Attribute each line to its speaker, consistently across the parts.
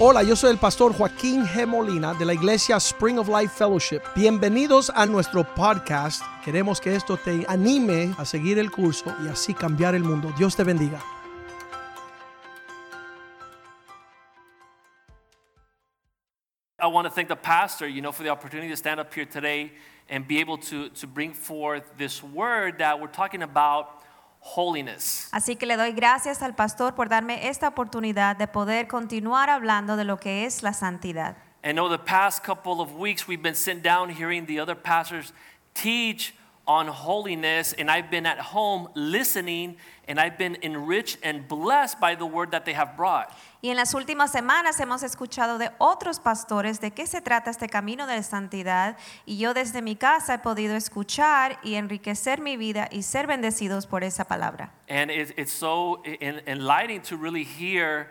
Speaker 1: Hola, yo soy el pastor Joaquín G. Molina de la iglesia Spring of Life Fellowship. Bienvenidos a nuestro podcast. Queremos que esto te anime a seguir el curso y así cambiar el mundo. Dios te bendiga.
Speaker 2: I want to thank the pastor, you know, for the opportunity to stand up here today and be able to, to bring forth this word that we're talking about holiness.
Speaker 3: Así que le doy gracias al pastor por darme esta oportunidad de poder continuar hablando de lo que es la santidad.
Speaker 2: And over the past couple of weeks, we've been sitting down hearing the other pastors teach on holiness, and I've been at home listening, and I've been enriched and blessed by the word that they have brought.
Speaker 3: Y en las últimas semanas hemos escuchado de otros pastores de qué se trata este camino de la santidad y yo desde mi casa he podido escuchar y enriquecer mi vida y ser bendecidos por esa palabra.
Speaker 2: And it, it's so en- enlightening to really hear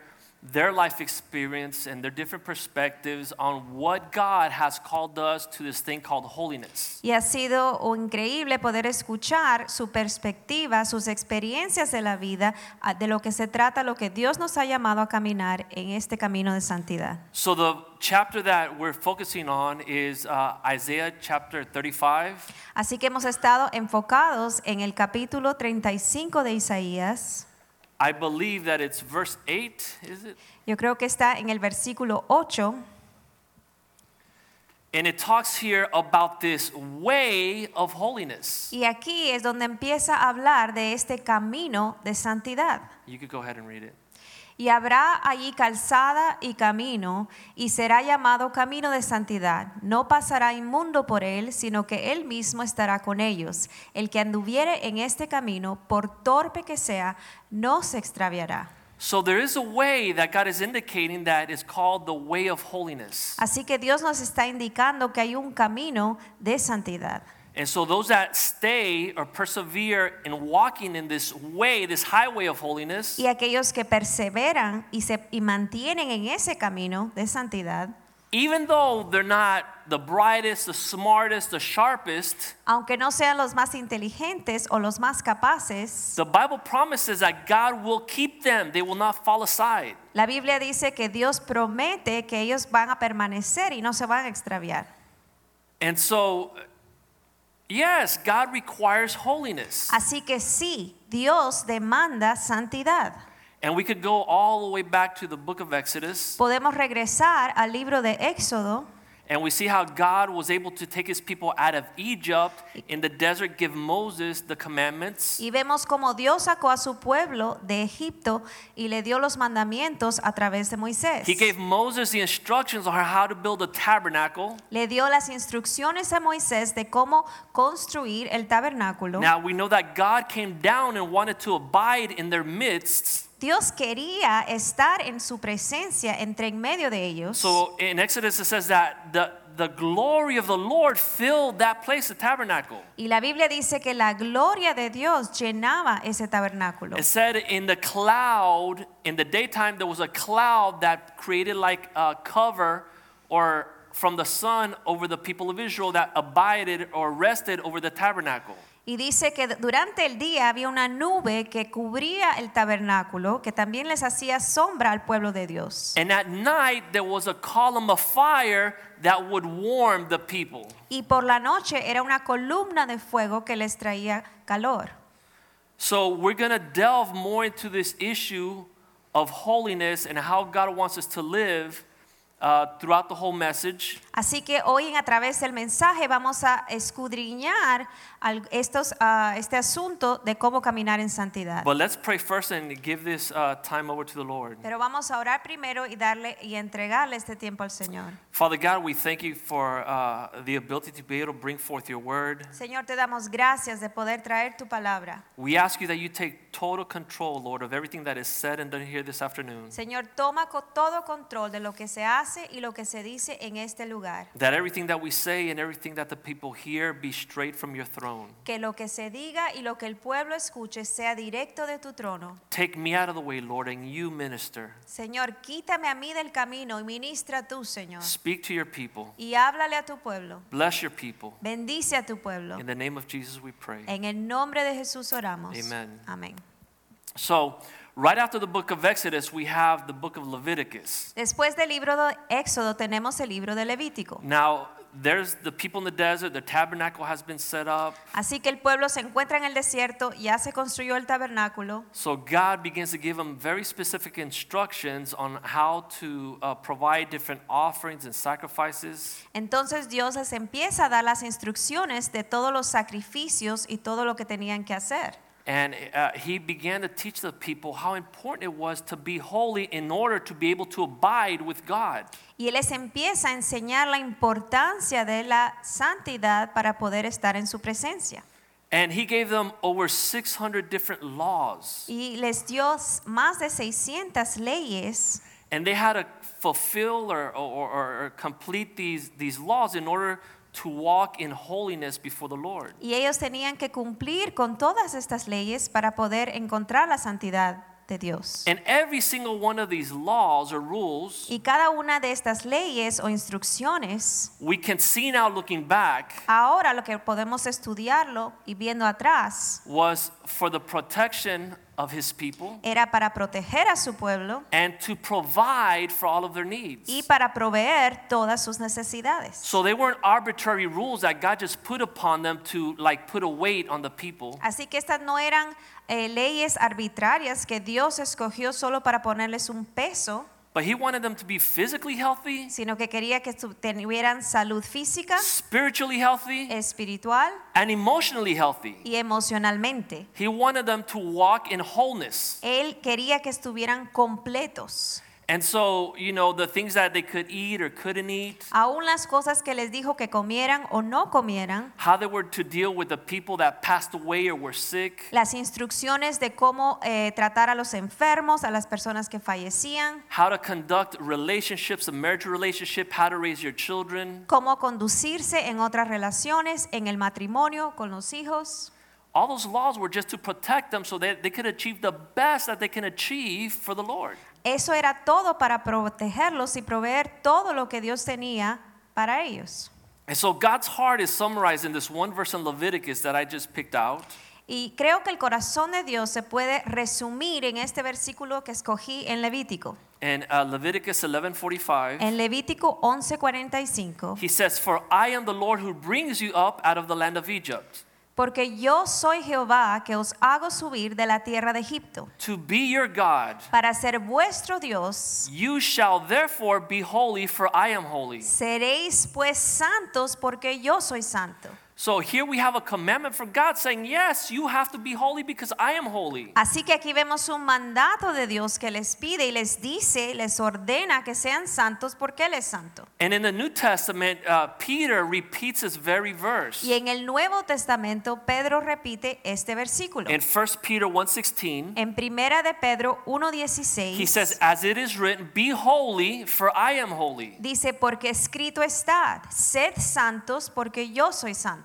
Speaker 2: their life experience and their different perspectives on what God has called us to this thing called holiness.
Speaker 3: Y ha sido oh, increíble poder escuchar su perspectiva, sus experiencias de la vida, ah, de lo que se trata, lo que Dios nos ha llamado a caminar en este camino de santidad.
Speaker 2: So, the chapter that we're focusing on is uh, Isaiah chapter 35.
Speaker 3: Así que hemos estado enfocados en el capítulo 35 de Isaías.
Speaker 2: I believe that it's verse 8, is it?
Speaker 3: Yo creo que está en el versículo 8
Speaker 2: And it talks here about this way of holiness.
Speaker 3: y aquí es donde empieza a hablar de este camino de santidad.
Speaker 2: You could go ahead and read it.
Speaker 3: Y habrá allí calzada y camino, y será llamado camino de santidad. No pasará inmundo por él, sino que él mismo estará con ellos. El que anduviere en este camino, por torpe que sea, no se extraviará.
Speaker 2: So, there is a way that God is indicating that is called the way of holiness.
Speaker 3: Así que Dios nos está indicando que hay un camino de santidad.
Speaker 2: And so those that stay or persevere in walking in this way, this highway of holiness,
Speaker 3: Y aquellos que perseveran y se y mantienen en ese camino de santidad,
Speaker 2: even though they're not the brightest, the smartest, the sharpest,
Speaker 3: aunque no sean los más inteligentes o los más capaces,
Speaker 2: the Bible promises that God will keep them. They will not fall aside.
Speaker 3: la Biblia dice que Dios promete que ellos van a permanecer y no se van a extraviar.
Speaker 2: And so yes, God requires holiness.
Speaker 3: Así que sí, Dios demanda santidad.
Speaker 2: And we could go all the way back to the book of Exodus
Speaker 3: Podemos regresar al libro de Éxodo
Speaker 2: and we see how God was able to take his people out of Egypt in the desert give Moses the commandments.
Speaker 3: y vemos cómo Dios sacó a su pueblo de Egipto y le dio los mandamientos a través de Moisés.
Speaker 2: He gave Moses the instructions on how to build a tabernacle.
Speaker 3: le dio las instrucciones a Moisés de cómo construir el tabernáculo.
Speaker 2: Now we know that God came down and wanted to abide in their midst.
Speaker 3: Dios quería estar en su presencia entre en medio de ellos.
Speaker 2: So in Exodus it says that the, the glory of the Lord filled that place, the tabernacle.
Speaker 3: y la Biblia dice que la gloria de Dios llenaba ese tabernáculo.
Speaker 2: It said in the cloud, in the daytime, there was a cloud that created like a cover or from the sun over the people of Israel that abided or rested over the tabernacle.
Speaker 3: y dice que durante el día había una nube que cubría el tabernáculo, que también les hacía sombra al pueblo de Dios.
Speaker 2: And at night, there was a column of fire that would warm the people.
Speaker 3: y por la noche era una columna de fuego que les traía calor.
Speaker 2: So, we're going to delve more into this issue of holiness and how God wants us to live uh, throughout the whole message.
Speaker 3: Así que hoy en- a través del mensaje vamos a escudriñar al- estos, ah, este asunto de cómo caminar en santidad.
Speaker 2: But let's pray first and give this uh, time over to the Lord.
Speaker 3: Pero vamos a orar primero y darle y entregarle este tiempo al Señor.
Speaker 2: Father God, we thank you for uh, the ability to be able to bring forth your word.
Speaker 3: Señor, te damos gracias de poder traer tu palabra.
Speaker 2: We ask you that you take total control, Lord, of everything that is said and done here this afternoon.
Speaker 3: Señor, toma co- todo control de lo que se hace y lo que se dice en este lugar.
Speaker 2: That everything that we say and everything that the people hear be straight from your throne.
Speaker 3: Que lo que se diga y lo que el pueblo escuche sea directo de tu trono.
Speaker 2: Take me out of the way, Lord, and you minister.
Speaker 3: Señor, quítame a mí del camino y ministra tú, Señor.
Speaker 2: Speak to your people.
Speaker 3: Y háblale a tu pueblo.
Speaker 2: Bless your people.
Speaker 3: Bendice a tu pueblo.
Speaker 2: In the name of Jesus, we pray.
Speaker 3: En el nombre de Jesús oramos.
Speaker 2: Amen.
Speaker 3: Amén.
Speaker 2: So, Right after the book of Exodus, we have the book of Leviticus.
Speaker 3: Después del libro de Éxodo tenemos el libro de Levítico.
Speaker 2: Now, there's the people in the desert, the tabernacle has been set up.
Speaker 3: Así que el pueblo se encuentra en el desierto, ya se construyó el tabernáculo.
Speaker 2: So God begins to give them very specific instructions on how to uh, provide different offerings and sacrifices.
Speaker 3: Entonces Dios les empieza a dar las instrucciones de todos los sacrificios y todo lo que tenían que hacer.
Speaker 2: And uh, he began to teach the people how important it was to be holy in order to be able to abide with God.
Speaker 3: Y Él les empieza a enseñar la importancia de la santidad para poder estar en su presencia.
Speaker 2: And he gave them over 600 different laws.
Speaker 3: Y les dio más de 600 leyes
Speaker 2: And they had to fulfill or, or, or, or complete these, these laws in order to walk in holiness before the Lord.
Speaker 3: y ellos tenían que cumplir con todas estas leyes para poder encontrar la santidad de Dios.
Speaker 2: And every single one of these laws or rules,
Speaker 3: Y cada una de estas leyes o instrucciones,
Speaker 2: we can see now looking back,
Speaker 3: ahora lo que podemos estudiarlo y viendo atrás,
Speaker 2: was for the protection of his people
Speaker 3: era para proteger a su pueblo
Speaker 2: and to provide for all of their needs.
Speaker 3: y para proveer todas sus necesidades.
Speaker 2: So they weren't arbitrary rules that God just put upon them to like put a weight on the people.
Speaker 3: Así que estas no eran eh, leyes arbitrarias que Dios escogió solo para ponerles un peso,
Speaker 2: But he wanted them to be physically healthy,
Speaker 3: sino que quería que su- tuvieran salud física,
Speaker 2: spiritually healthy,
Speaker 3: espiritual
Speaker 2: and emotionally healthy.
Speaker 3: y emocionalmente.
Speaker 2: He wanted them to walk in wholeness.
Speaker 3: Él quería que estuvieran completos.
Speaker 2: And so, you know, the things that they could eat or couldn't eat,
Speaker 3: Aún las cosas que les dijo que comieran o no comieran,
Speaker 2: how they were to deal with the people that passed away or were sick,
Speaker 3: las instrucciones de cómo eh, tratar a los enfermos, a las personas que fallecían,
Speaker 2: how to conduct relationships, a marriage relationship, how to raise your children.
Speaker 3: cómo conducirse en otras relaciones, en el matrimonio, con los hijos.
Speaker 2: All those laws were just to protect them so that they could achieve the best that they can achieve for the Lord.
Speaker 3: Eso era todo para protegerlos y proveer todo lo que Dios tenía para ellos.
Speaker 2: And so God's heart is summarized in this one verse in Leviticus that I just picked out.
Speaker 3: Y creo que el corazón de Dios se puede resumir en este versículo que escogí en Levítico.
Speaker 2: In uh, Leviticus 11:45,
Speaker 3: En Levítico 11:45,
Speaker 2: he says, "For I am the Lord who brings you up out of the land of Egypt,
Speaker 3: porque yo soy Jehová que os hago subir de la tierra de Egipto
Speaker 2: to be your God.
Speaker 3: para ser vuestro Dios.
Speaker 2: You shall therefore be holy, for I am holy."
Speaker 3: Seréis pues santos porque yo soy santo.
Speaker 2: So here we have a commandment from God saying, "Yes, you have to be holy because I am holy."
Speaker 3: Así que aquí vemos un mandato de Dios que les pide y les dice, les ordena que sean santos porque Él es santo.
Speaker 2: And in the New Testament, uh, Peter repeats this very verse.
Speaker 3: Y en el Nuevo Testamento Pedro repite este versículo.
Speaker 2: In 1 Peter 1:16,
Speaker 3: En Primera de Pedro
Speaker 2: he says,
Speaker 3: 1:16
Speaker 2: "As it is written, be holy, for I am holy."
Speaker 3: dice, porque escrito está, sed santos porque yo soy santo.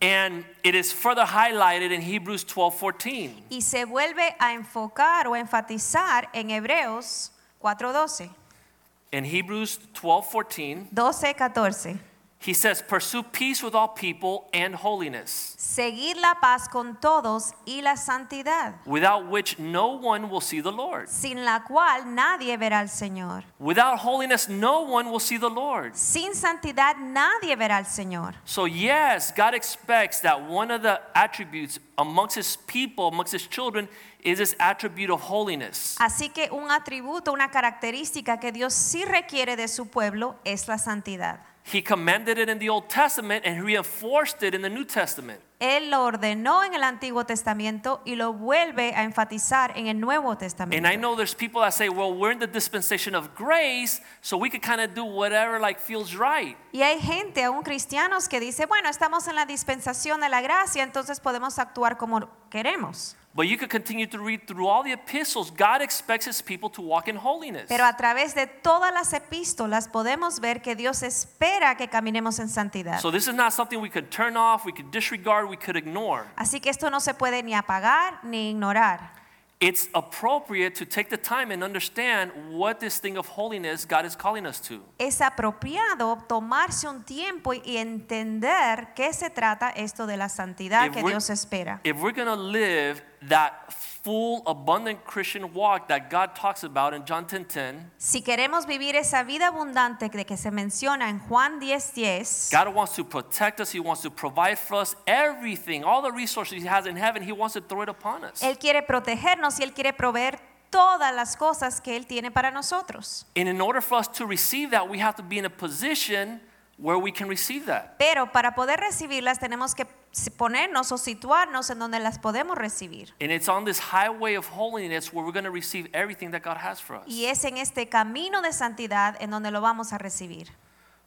Speaker 2: And it is further highlighted in Hebrews 12:14.
Speaker 3: Y se vuelve a enfocar o enfatizar en Hebreos 4:12,
Speaker 2: In Hebrews 12:14,
Speaker 3: 12, 14.
Speaker 2: he says, "Pursue peace with all people and holiness,
Speaker 3: Seguid la paz con todos y la santidad,
Speaker 2: without which no one will see the Lord.
Speaker 3: sin la cual nadie verá al Señor.
Speaker 2: Without holiness, no one will see the Lord."
Speaker 3: Sin santidad nadie verá al Señor.
Speaker 2: So yes, God expects that one of the attributes amongst his people, amongst his children, is this attribute of holiness.
Speaker 3: Así que un atributo, una característica que Dios sí requiere de su pueblo es la santidad.
Speaker 2: He commanded it in the Old Testament and reinforced it in the New Testament.
Speaker 3: Él lo ordenó en el Antiguo Testamento y lo vuelve a enfatizar en el Nuevo
Speaker 2: And I
Speaker 3: Testamento.
Speaker 2: know there's people that say, well, we're in the dispensation of grace, so we could kind of do whatever like feels right.
Speaker 3: Y hay gente, aún cristianos, que dice, bueno, estamos en la dispensación de la gracia, entonces podemos actuar como queremos.
Speaker 2: But you could continue to read through all the epistles. God expects his people to walk in holiness.
Speaker 3: Pero a través de todas las epístolas podemos ver que Dios espera que caminemos en santidad.
Speaker 2: So this is not something we could turn off, we could disregard, we could ignore.
Speaker 3: Así que esto no se puede ni apagar ni ignorar.
Speaker 2: It's appropriate to take the time and understand what this thing of holiness God is calling us to.
Speaker 3: Es apropiado tomarse un tiempo y- y entender qué se trata esto de la santidad
Speaker 2: If
Speaker 3: que
Speaker 2: we're-
Speaker 3: Dios espera.
Speaker 2: If we're going to live that full, abundant Christian walk that God talks about in John 10:10,
Speaker 3: Si queremos vivir esa vida abundante de que se menciona en Juan 10:10,
Speaker 2: God wants to protect us. He wants to provide for us everything, all the resources He has in heaven. He wants to throw it upon us.
Speaker 3: Él quiere protegernos y Él quiere proveer todas las cosas que Él tiene para nosotros.
Speaker 2: And in order for us to receive that, we have to be in a position where we can receive that.
Speaker 3: Pero para poder recibirlas tenemos que s- ponernos o situarnos en donde las podemos recibir.
Speaker 2: And it's on this highway of holiness where we're going to receive everything that God has for us.
Speaker 3: Y es en este camino de santidad en donde lo vamos a recibir.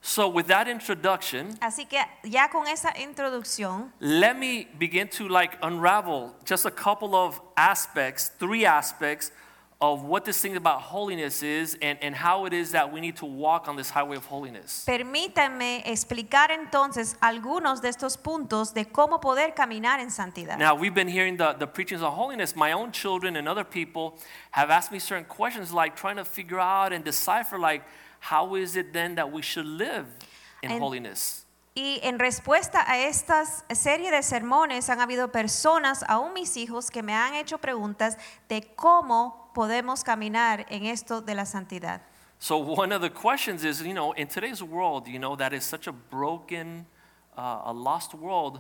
Speaker 2: So, with that introduction,
Speaker 3: Así que ya con esa introducción,
Speaker 2: let me begin to like unravel just a couple of aspects, three aspects of what this thing about holiness is and, and how it is that we need to walk on this highway of holiness.
Speaker 3: permítanme explicar entonces algunos de estos puntos de cómo poder caminar en santidad.
Speaker 2: Now, we've been hearing the, the preachings on holiness. My own children and other people have asked me certain questions, like trying to figure out and decipher, like, how is it then that we should live in
Speaker 3: And-
Speaker 2: holiness?
Speaker 3: Y en respuesta a esta serie de sermones han habido personas, aún mis hijos, que me han hecho preguntas de cómo podemos caminar en esto de la santidad.
Speaker 2: So, one of the questions is, you know, in today's world, you know, that is such a broken, uh, a lost world,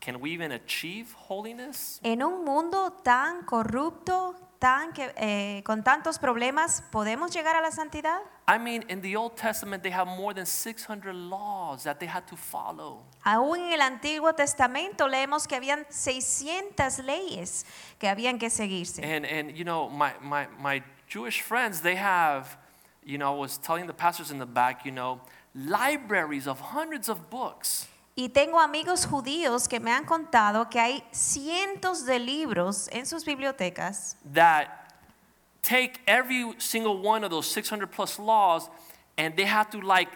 Speaker 2: can we even achieve holiness?
Speaker 3: En un mundo tan corrupto, tan que- eh, con tantos problemas, ¿podemos llegar a la santidad?
Speaker 2: I mean, in the Old Testament, they have more than 600 laws that they had to follow.
Speaker 3: Aún en el Antiguo Testamento leemos que habían 600 leyes que habían que seguirse.
Speaker 2: And and you know, my my my Jewish friends, they have, you know, I was telling the pastors in the back, you know, libraries of hundreds of books.
Speaker 3: Y tengo amigos judíos que me han contado que hay cientos de libros en sus bibliotecas
Speaker 2: that take every single one of those 600 plus laws and they have to like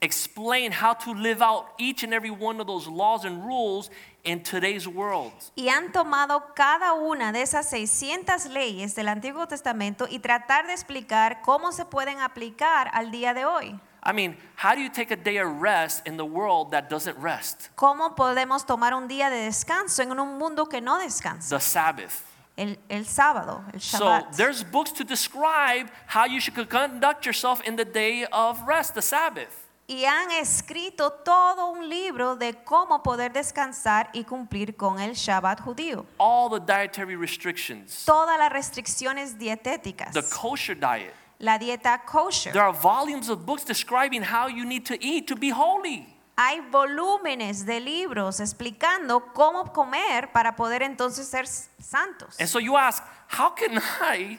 Speaker 2: explain how to live out each and every one of those laws and rules in today's world.
Speaker 3: y han tomado cada una de esas 600 leyes del Antiguo Testamento y tratar de explicar cómo se pueden aplicar al día de hoy.
Speaker 2: I mean, how do you take a day of rest in the world that doesn't rest?
Speaker 3: ¿Cómo podemos tomar un día de descanso en un mundo que no descansa?
Speaker 2: The Sabbath.
Speaker 3: El, el sábado, el
Speaker 2: So
Speaker 3: Shabbat.
Speaker 2: there's books to describe how you should conduct yourself in the day of rest, the Sabbath.
Speaker 3: y han escrito todo un libro de cómo poder descansar y cumplir con el Shabbat judío.
Speaker 2: All the dietary restrictions,
Speaker 3: Todas las restricciones dietéticas,
Speaker 2: the kosher diet.
Speaker 3: la dieta kosher.
Speaker 2: There are volumes of books describing how you need to eat to be holy.
Speaker 3: Hay volúmenes de libros explicando cómo comer para poder entonces ser s- santos.
Speaker 2: And so you ask, how can I?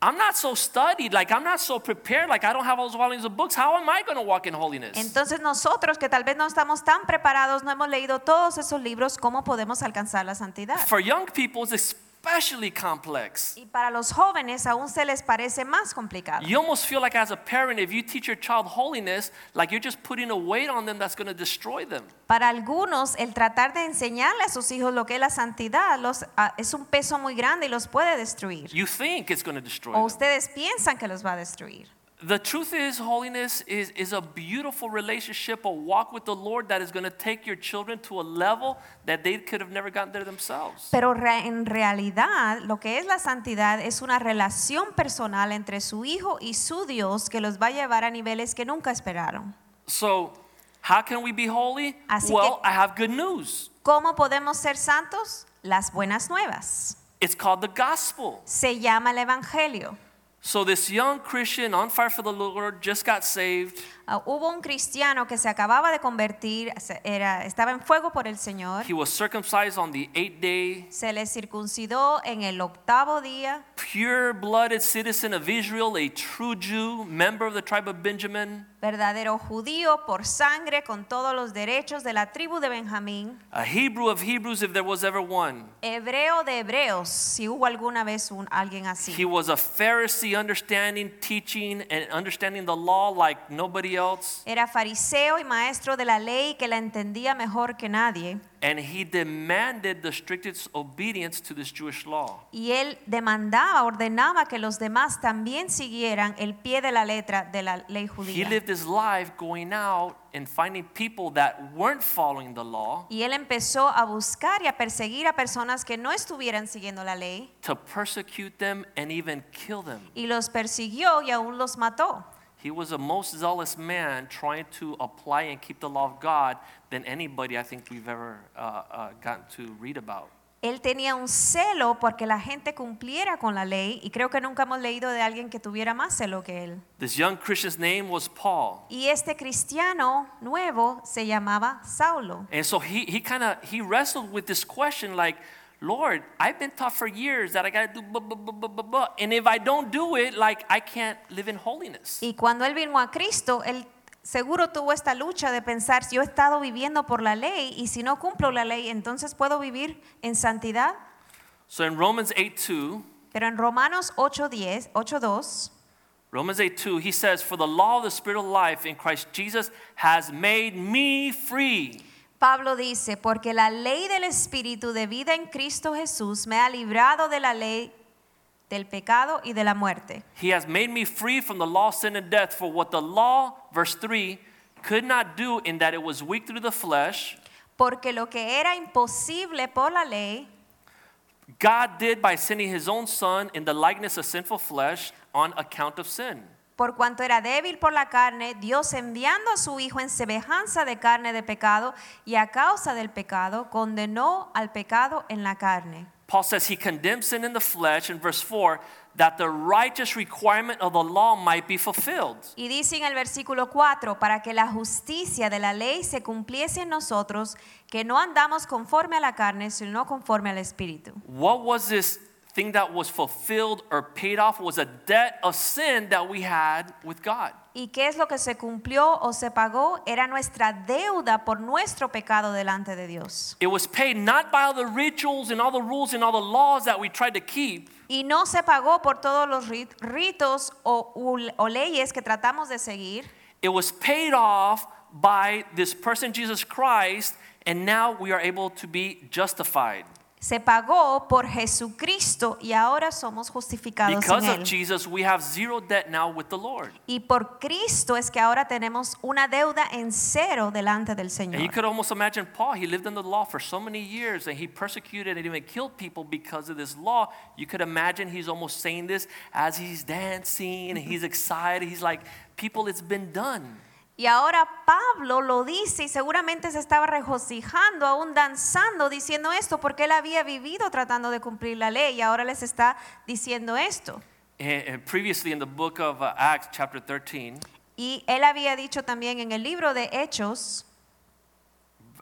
Speaker 2: I'm not so studied, like I'm not so prepared, like I don't have all those volumes of books. How am I going to walk in holiness?
Speaker 3: Entonces nosotros que tal vez no estamos tan preparados, no hemos leído todos esos libros, ¿cómo podemos alcanzar la santidad?
Speaker 2: For young people, it's especially complex.
Speaker 3: Y para los jóvenes aún se les parece más complicado.
Speaker 2: You almost feel like, as a parent, if you teach your child holiness, like you're just putting a weight on them that's going to destroy them.
Speaker 3: Para algunos el tratar de enseñarle a sus hijos lo que es la santidad los, ah, es un peso muy grande y los puede destruir.
Speaker 2: You think it's going to destroy
Speaker 3: O
Speaker 2: them.
Speaker 3: ustedes piensan que los va a destruir.
Speaker 2: The truth is, holiness is, is a beautiful relationship, a walk with the Lord that is going to take your children to a level that they could have never gotten there themselves.
Speaker 3: Pero re- en realidad lo que es la santidad es una relación personal entre su hijo y su Dios que los va a llevar a niveles que nunca esperaron.
Speaker 2: So, how can we be holy?
Speaker 3: Así
Speaker 2: well,
Speaker 3: que-
Speaker 2: I have good news.
Speaker 3: ¿Cómo podemos ser santos? Las buenas nuevas.
Speaker 2: It's called the gospel.
Speaker 3: Se llama el Evangelio.
Speaker 2: So, this young Christian on fire for the Lord just got saved.
Speaker 3: Ah, hubo un cristiano que se acababa de convertir, se- era, estaba en fuego por el Señor.
Speaker 2: He was circumcised on the eighth day,
Speaker 3: Se le circuncidó en el octavo día.
Speaker 2: pure blooded citizen of Israel, a true Jew, member of the tribe of Benjamin,
Speaker 3: Verdadero judío por sangre con todos los derechos de la tribu de Benjamín.
Speaker 2: a Hebrew of Hebrews, if there was ever one.
Speaker 3: Hebreo de hebreos, si hubo alguna vez un, alguien
Speaker 2: He
Speaker 3: así.
Speaker 2: was a Pharisee, understanding, teaching, and understanding the law like nobody else.
Speaker 3: Era fariseo y maestro de la ley que la entendía mejor que nadie.
Speaker 2: and he demanded the strictest obedience to this Jewish law.
Speaker 3: Y él demandaba, ordenaba que los demás también siguieran el pie de la letra de la ley
Speaker 2: He
Speaker 3: judía.
Speaker 2: lived his life going out and finding people that weren't following the law
Speaker 3: Y él empezó a buscar y a perseguir a personas que no estuvieran siguiendo la ley.
Speaker 2: to persecute them and even kill them.
Speaker 3: Y los persiguió y aún los mató.
Speaker 2: He was a most zealous man trying to apply and keep the law of God than anybody I think we've ever uh, uh, gotten to read about.
Speaker 3: Él tenía un celo porque la gente cumpliera con la ley y creo que nunca hemos leído de alguien que tuviera más celo que él.
Speaker 2: This young Christian's name was Paul.
Speaker 3: Y este cristiano nuevo se llamaba Saulo.
Speaker 2: And so he, he kind of he wrestled with this question like, Lord, I've been taught for years that I got to do blah, blah, blah, blah, blah, blah. And if I don't do it, like, I can't live in holiness.
Speaker 3: Y cuando él vino a Cristo, él seguro tuvo esta lucha de pensar, yo he estado viviendo por la ley y si no cumplo la ley, entonces puedo vivir en santidad.
Speaker 2: So in Romans 8 2,
Speaker 3: Pero en Romanos 8:10, 8:2
Speaker 2: Romans 8 2, he says, For the law of the Spirit of life in Christ Jesus has made me free.
Speaker 3: Pablo dice, porque la ley del Espíritu de vida en Cristo Jesús me ha librado de la ley del pecado y de la muerte.
Speaker 2: He has made me free from the law, of sin, and death. For what the law, verse 3, could not do in that it was weak through the flesh,
Speaker 3: Porque lo que era imposible por la ley,
Speaker 2: God did by sending his own Son in the likeness of sinful flesh on account of sin.
Speaker 3: por cuanto era débil por la carne, Dios enviando a su Hijo en semejanza de carne de pecado y a causa del pecado, condenó al pecado en la carne.
Speaker 2: Paul says he condemned sin in the flesh in verse 4 that the righteous requirement of the law might be fulfilled.
Speaker 3: Y dice en el versículo 4, para que la justicia de la ley se cumpliese en nosotros, que no andamos conforme a la carne, sino conforme al Espíritu.
Speaker 2: What was this thing that was fulfilled or paid off was a debt of sin that we had with God.
Speaker 3: ¿Y qué es lo que se cumplió o se pagó? Era nuestra deuda por nuestro pecado delante de Dios.
Speaker 2: It was paid not by all the rituals and all the rules and all the laws that we tried to keep,
Speaker 3: Y no se pagó por todos los rit- ritos o, u- o leyes que tratamos de seguir,
Speaker 2: it was paid off by this person, Jesus Christ, and now we are able to be justified.
Speaker 3: se pagó por Jesucristo y ahora somos justificados
Speaker 2: Because
Speaker 3: en
Speaker 2: of
Speaker 3: Él.
Speaker 2: Jesus, we have zero debt now with the Lord.
Speaker 3: y por Cristo es que ahora tenemos una deuda en cero delante del
Speaker 2: And you
Speaker 3: Señor.
Speaker 2: could almost imagine Paul, he lived under the law for so many years and he persecuted and even killed people because of this law. You could imagine he's almost saying this as he's dancing and he's excited. He's like, People, it's been done.
Speaker 3: Y ahora Pablo lo dice y seguramente se estaba regocijando, aún danzando, diciendo esto, porque él había vivido tratando de cumplir la ley y ahora les está diciendo esto.
Speaker 2: And, and previously in the book of uh, Acts, chapter 13,
Speaker 3: Y él había dicho también en el libro de Hechos,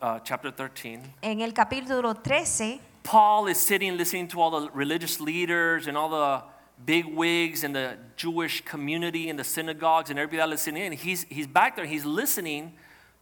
Speaker 2: uh, chapter 13,
Speaker 3: en el capítulo 13,
Speaker 2: Paul is sitting listening to all the religious leaders and all the big wigs and the Jewish community and the synagogues and everybody that listening in. He's, he's back there, he's listening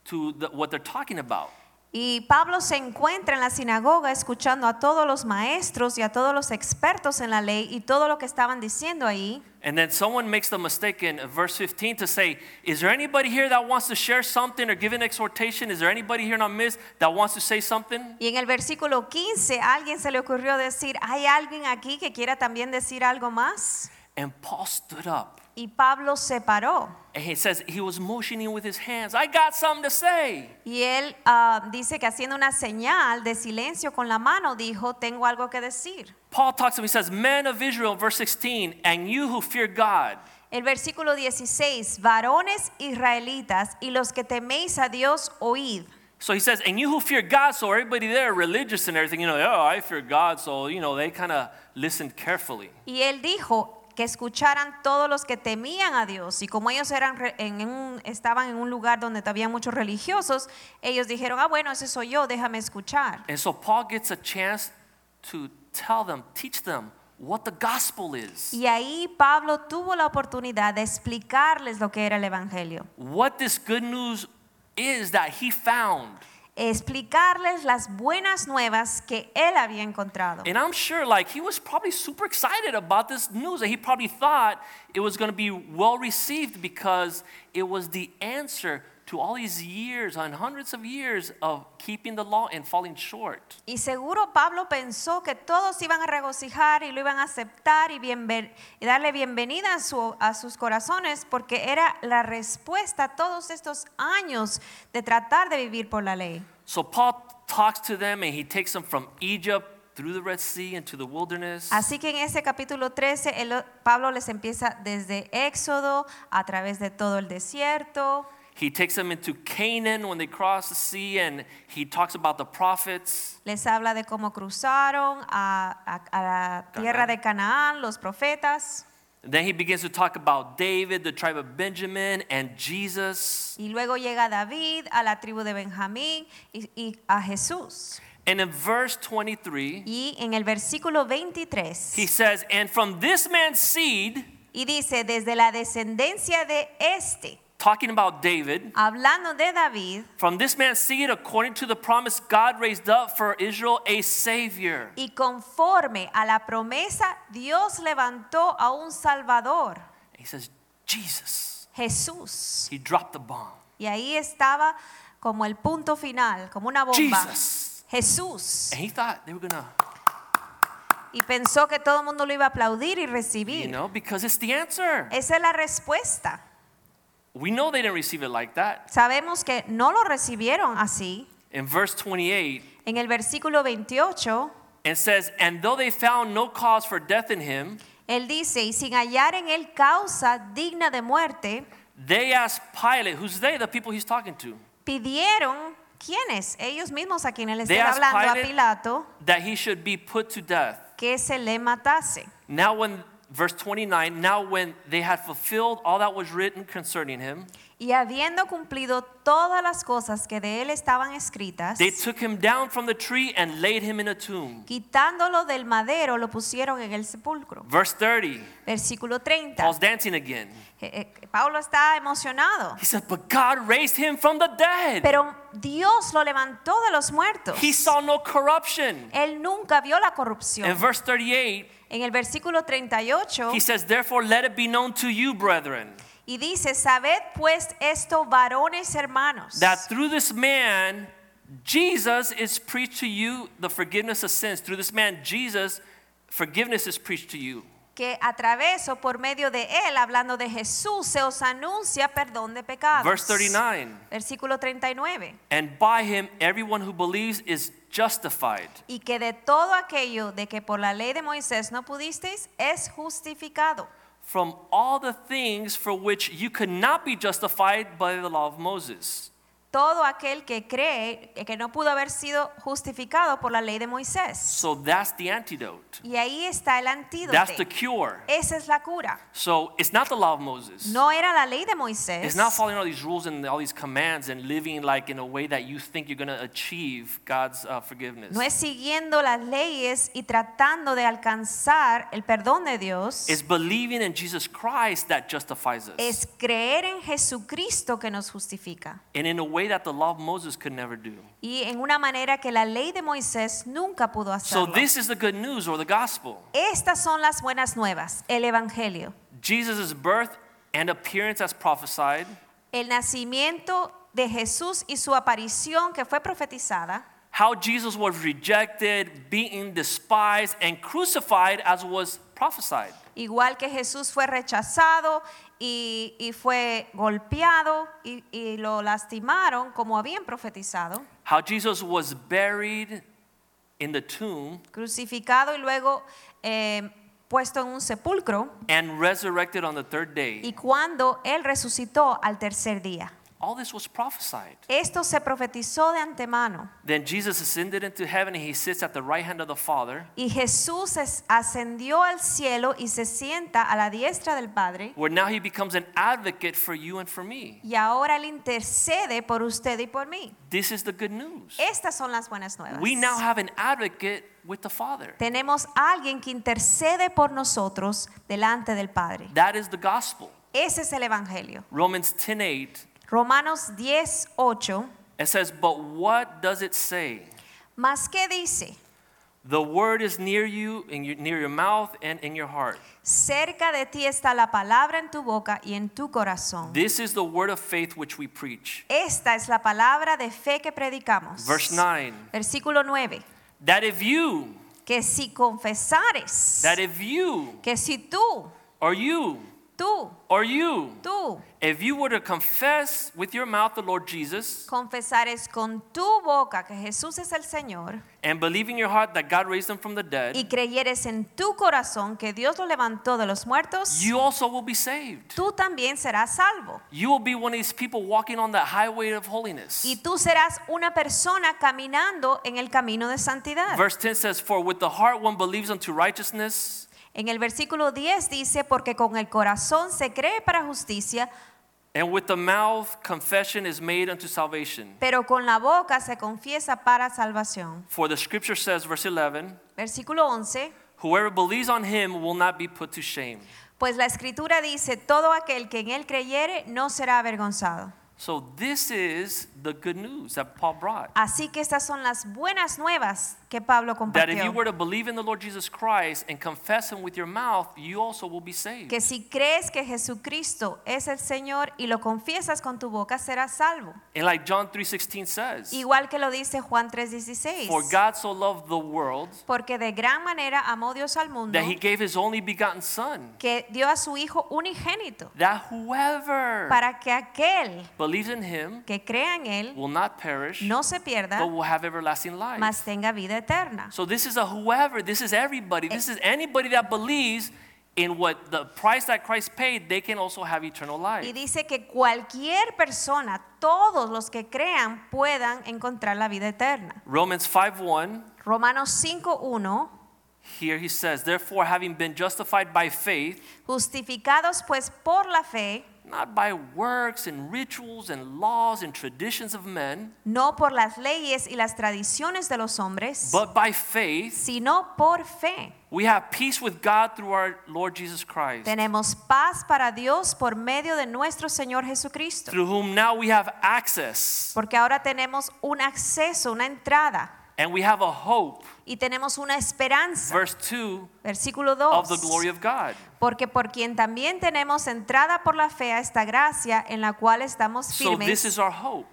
Speaker 2: to the, what they're talking about.
Speaker 3: y Pablo se encuentra en la sinagoga escuchando a todos los maestros y a todos los expertos en la ley y todo lo que estaban diciendo ahí.
Speaker 2: And then someone makes the mistake in verse 15 to say, Is there anybody here that wants to share something or give an exhortation? Is there anybody here in our midst that wants to say something?
Speaker 3: Y en el versículo 15 a alguien se le ocurrió decir, ¿hay alguien aquí que quiera también decir algo más?
Speaker 2: And Paul stood up
Speaker 3: Y Pablo se paró.
Speaker 2: and he says, He was motioning with his hands, I got something to say.
Speaker 3: Y él ah, dice que haciendo una señal de silencio con la mano dijo, tengo algo que decir.
Speaker 2: Paul talks to him, he says, Men of Israel, verse 16, and you who fear God,
Speaker 3: El versículo 16, varones israelitas y los que teméis a Dios, oíd.
Speaker 2: So he says, and you who fear God, so everybody there, religious and everything, you know, oh, I fear God, so, you know, they kind of listened carefully.
Speaker 3: Y él dijo que escucharan todos los que temían a Dios. Y como ellos eran re- en un- estaban en un lugar donde había muchos religiosos, ellos dijeron, ah, bueno, ese soy yo, déjame escuchar.
Speaker 2: And so Paul gets a chance to tell them, teach them what the gospel is,
Speaker 3: Y ahí Pablo tuvo la oportunidad de explicarles lo que era el Evangelio,
Speaker 2: what this good news is that he found.
Speaker 3: explicarles las buenas nuevas que él había encontrado.
Speaker 2: And I'm sure, like, he was probably super excited about this news, and he probably thought it was going to be well received because it was the answer to all these years and hundreds of years of keeping the law and falling short.
Speaker 3: Y seguro Pablo pensó que todos iban a regocijar y lo iban a aceptar y, bienven- y darle bienvenida a, su- a sus corazones porque era la respuesta a todos estos años de tratar de vivir por la ley.
Speaker 2: So Paul talks to them and he takes them from Egypt through the Red Sea into the wilderness.
Speaker 3: Así que en ese capítulo 13 el- Pablo les empieza desde Éxodo a través de todo el desierto.
Speaker 2: He takes them into Canaan when they cross the sea and he talks about the prophets.
Speaker 3: Les habla de cómo cruzaron a, a- a la tierra
Speaker 2: Canaán.
Speaker 3: de Canaán, los profetas.
Speaker 2: Then he begins to talk about David, the tribe of Benjamin, and Jesus.
Speaker 3: Y luego llega David a la tribu de Benjamín y, y a Jesús.
Speaker 2: And in verse 23,
Speaker 3: Y en el versículo
Speaker 2: he
Speaker 3: 23,
Speaker 2: says, And from this man's seed,
Speaker 3: y dice, desde la descendencia de este,
Speaker 2: talking about David,
Speaker 3: hablando de David,
Speaker 2: from this man's seed, according to the promise God raised up for Israel, a Savior.
Speaker 3: y conforme a la promesa, Dios levantó a un Salvador,
Speaker 2: He says, Jesus.
Speaker 3: Jesús.
Speaker 2: He dropped the bomb.
Speaker 3: Y ahí estaba como el punto final, como una bomba.
Speaker 2: Jesus.
Speaker 3: Jesús.
Speaker 2: And he thought they were going to,
Speaker 3: Y pensó que todo el mundo lo iba a aplaudir y
Speaker 2: you
Speaker 3: recibir.
Speaker 2: know, because it's the answer.
Speaker 3: Esa es la respuesta.
Speaker 2: We know they didn't receive it like that.
Speaker 3: Sabemos que no lo recibieron así.
Speaker 2: In verse 28,
Speaker 3: En el versículo 28,
Speaker 2: it says, And though they found no cause for death in him,
Speaker 3: él dice, y sin hallar en él causa digna de muerte,
Speaker 2: They asked Pilate, who's they? The people he's talking to.
Speaker 3: pidieron, ¿quiénes? Ellos mismos a quienes le
Speaker 2: They asked
Speaker 3: están hablando
Speaker 2: Pilate-
Speaker 3: a Pilato,
Speaker 2: That he should be put to death.
Speaker 3: que se le matase.
Speaker 2: Now, when, verse 29, now when they had fulfilled all that was written concerning him,
Speaker 3: Y habiendo cumplido todas las cosas que de él estaban escritas,
Speaker 2: they took him down from the tree and laid him in a tomb.
Speaker 3: quitándolo del madero, lo pusieron en el sepulcro.
Speaker 2: Verse 30,
Speaker 3: Versículo 30.
Speaker 2: Paul's dancing again.
Speaker 3: Eh, eh, Pablo está emocionado.
Speaker 2: He said, But God raised him from the dead.
Speaker 3: Pero Dios lo levantó de los muertos.
Speaker 2: He saw no corruption.
Speaker 3: Él nunca vio la
Speaker 2: In
Speaker 3: corrupción.
Speaker 2: verse 38,
Speaker 3: En el versículo 38
Speaker 2: he says, Therefore let it be known to you, brethren,
Speaker 3: y dice, sabed pues esto, varones hermanos,
Speaker 2: that through this man Jesus is preached to you the forgiveness of sins. Through this man Jesus, forgiveness is preached to you.
Speaker 3: que a través o por medio de él, hablando de Jesús, se os anuncia perdón de pecados.
Speaker 2: Verse 39.
Speaker 3: Versículo 39.
Speaker 2: And by him everyone who believes is justified.
Speaker 3: Y que de todo aquello de que por la ley de Moisés no pudisteis, es justificado.
Speaker 2: From all the things for which you could not be justified by the law of Moses.
Speaker 3: Todo aquel que cree que no pudo haber sido justificado por la ley de Moisés.
Speaker 2: So that's the antidote.
Speaker 3: Y ahí está el antídoto.
Speaker 2: That's the cure.
Speaker 3: Esa es la cura.
Speaker 2: So it's not the law of Moses.
Speaker 3: No era la ley de Moisés.
Speaker 2: It's not following all these rules and all these commands and living like in a way that you think you're going to achieve God's uh, forgiveness.
Speaker 3: No es siguiendo las leyes y tratando de alcanzar el perdón de Dios.
Speaker 2: It's believing in Jesus Christ that justifies us.
Speaker 3: Es creer en Jesucristo que nos justifica.
Speaker 2: and in a way that the law of Moses could never do.
Speaker 3: Y en una manera que la ley de Moisés nunca pudo
Speaker 2: So,
Speaker 3: hacerlo.
Speaker 2: this is the good news or the gospel
Speaker 3: Estas son las buenas nuevas, el Evangelio.
Speaker 2: Jesus' birth and appearance as prophesied,
Speaker 3: El nacimiento de Jesús y su aparición que fue profetizada.
Speaker 2: how Jesus was rejected, beaten, despised, and crucified as was prophesied.
Speaker 3: Igual que Jesús fue rechazado y, y fue golpeado y, y lo lastimaron como habían profetizado,
Speaker 2: How Jesus was buried in the tomb
Speaker 3: crucificado y luego eh, puesto en un sepulcro.
Speaker 2: and resurrected on the third
Speaker 3: Y
Speaker 2: day.
Speaker 3: cuando Él resucitó al tercer día,
Speaker 2: All this was prophesied.
Speaker 3: esto se profetizó de antemano.
Speaker 2: Then Jesus ascended into heaven and he sits at the right hand of the Father.
Speaker 3: Y Jesús es- ascendió al cielo y se sienta a la diestra del Padre.
Speaker 2: where now he becomes an advocate for you and for me.
Speaker 3: Y ahora Él intercede por usted y por mí.
Speaker 2: This is the good news.
Speaker 3: Estas son las buenas nuevas.
Speaker 2: We now have an advocate with the Father.
Speaker 3: Tenemos a alguien que intercede por nosotros delante del Padre.
Speaker 2: That is the gospel.
Speaker 3: Ese es el Evangelio.
Speaker 2: Romans 10:8
Speaker 3: Romanos 10, 8.
Speaker 2: it says, "But what does it say?
Speaker 3: ¿Más qué dice?
Speaker 2: The word is near you, in your, near your mouth and in your heart.
Speaker 3: Cerca de ti está la palabra en tu boca y en tu corazón.
Speaker 2: This is the word of faith which we preach.
Speaker 3: Esta es la palabra de fe que predicamos.
Speaker 2: Verse 9
Speaker 3: Versículo 9.
Speaker 2: that if you,
Speaker 3: Que si confesares,
Speaker 2: that if you,
Speaker 3: que si tú,
Speaker 2: or you,
Speaker 3: tú,
Speaker 2: or you,
Speaker 3: tú
Speaker 2: if you were to confess with your mouth the Lord Jesus
Speaker 3: confesares con tu boca que Jesús es el Señor
Speaker 2: and believe in your heart that God raised him from the
Speaker 3: y
Speaker 2: dead,
Speaker 3: creyeres en tu corazón que Dios lo levantó de los muertos,
Speaker 2: you also will be saved.
Speaker 3: tú también serás salvo.
Speaker 2: You will be one of these people walking on that highway of holiness.
Speaker 3: Y tú serás una persona caminando en el camino de santidad.
Speaker 2: Verse 10 says, For with the heart one believes unto righteousness,
Speaker 3: En el versículo 10 dice, porque con el corazón se cree para justicia,
Speaker 2: and with the mouth confession is made unto salvation.
Speaker 3: pero con la boca se confiesa para salvación.
Speaker 2: For the scripture says, verse 11,
Speaker 3: Versículo 11,
Speaker 2: Whoever believes on him will not be put to shame.
Speaker 3: pues la escritura dice, todo aquel que en él creyere no será avergonzado.
Speaker 2: So, this is the good news that Paul brought.
Speaker 3: Así que estas son las buenas nuevas que Pablo
Speaker 2: That if you
Speaker 3: compartió.
Speaker 2: were to believe in the Lord Jesus Christ and confess him with your mouth, you also will be saved.
Speaker 3: Que si crees que Jesucristo es el Señor y lo confiesas con tu boca, serás salvo.
Speaker 2: And like John 3:16 says,
Speaker 3: Igual que lo dice Juan
Speaker 2: For
Speaker 3: 3:16.
Speaker 2: God so loved the world
Speaker 3: Porque de gran manera amó Dios al mundo
Speaker 2: that he gave his only begotten son,
Speaker 3: que dio a su Hijo unigénito
Speaker 2: that whoever
Speaker 3: para que aquel
Speaker 2: believes in him
Speaker 3: que crea en él
Speaker 2: will not perish,
Speaker 3: no se pierda,
Speaker 2: but will have everlasting life.
Speaker 3: mas tenga vida eterna.
Speaker 2: So this is a whoever, this is everybody, this is anybody that believes in what the price that Christ paid, they can also have eternal
Speaker 3: Y
Speaker 2: life.
Speaker 3: dice que cualquier persona, todos los que crean, puedan encontrar la vida eterna.
Speaker 2: Romans 5:1,
Speaker 3: Romanos 5.1
Speaker 2: here he says, therefore having been justified by faith,
Speaker 3: Justificados pues por la fe,
Speaker 2: not by works and rituals and laws and traditions of men,
Speaker 3: no por las leyes y las tradiciones de los hombres,
Speaker 2: but by faith,
Speaker 3: sino por fe.
Speaker 2: we have peace with God through our Lord Jesus Christ,
Speaker 3: Tenemos paz para Dios por medio de nuestro Señor Jesucristo.
Speaker 2: through whom now we have access
Speaker 3: Porque ahora tenemos un acceso, una entrada
Speaker 2: and we have a hope,
Speaker 3: y tenemos una esperanza.
Speaker 2: verse 2
Speaker 3: Versículo
Speaker 2: of the glory
Speaker 3: 2.
Speaker 2: of God.
Speaker 3: Porque por quien también tenemos entrada por la fe a esta gracia en la cual estamos
Speaker 2: So this is
Speaker 3: firmes
Speaker 2: our hope.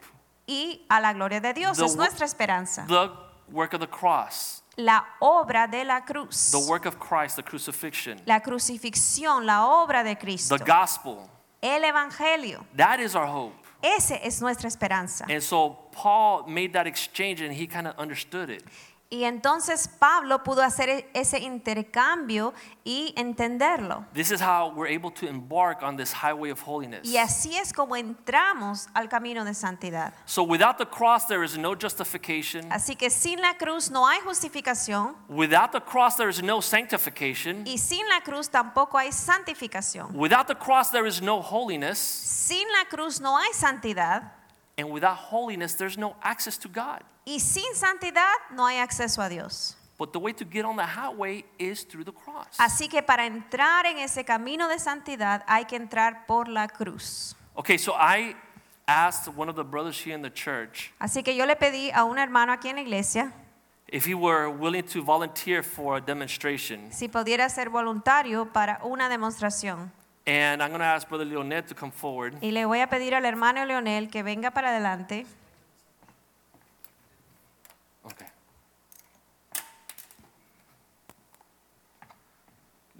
Speaker 3: y a la gloria de Dios.
Speaker 2: The wo-
Speaker 3: Es nuestra esperanza.
Speaker 2: the work of the cross,
Speaker 3: La obra de la cruz.
Speaker 2: the work of Christ, the crucifixion,
Speaker 3: La crucifixión, la obra de Cristo.
Speaker 2: the gospel.
Speaker 3: El Evangelio.
Speaker 2: That is our hope.
Speaker 3: Ese es nuestra esperanza.
Speaker 2: And so Paul made that exchange and he kind of understood it.
Speaker 3: Y entonces Pablo pudo hacer e- ese intercambio y entenderlo.
Speaker 2: This is how we're able to embark on this highway of holiness.
Speaker 3: Y así es como entramos al camino de santidad.
Speaker 2: So without the cross, there is no justification.
Speaker 3: Así que sin la cruz no hay justificación
Speaker 2: Without the cross, there is no sanctification.
Speaker 3: y sin la cruz tampoco hay santificación.
Speaker 2: Without the cross, there is no holiness.
Speaker 3: Sin la cruz no hay santidad
Speaker 2: And without holiness, there's no access to God.
Speaker 3: y sin santidad no hay acceso a Dios.
Speaker 2: But the way to get on the highway is through the cross.
Speaker 3: Así que para entrar en ese camino de santidad hay que entrar por la cruz.
Speaker 2: Okay, so I asked one of the brothers here in the church
Speaker 3: Así que yo le pedí a un hermano aquí en la iglesia
Speaker 2: if he were willing to volunteer for a demonstration.
Speaker 3: si pudiera ser voluntario para una demostración.
Speaker 2: And I'm going to ask Brother Leonet to come forward.
Speaker 3: Y le voy a pedir al hermano Leonel que venga para adelante.
Speaker 2: Okay.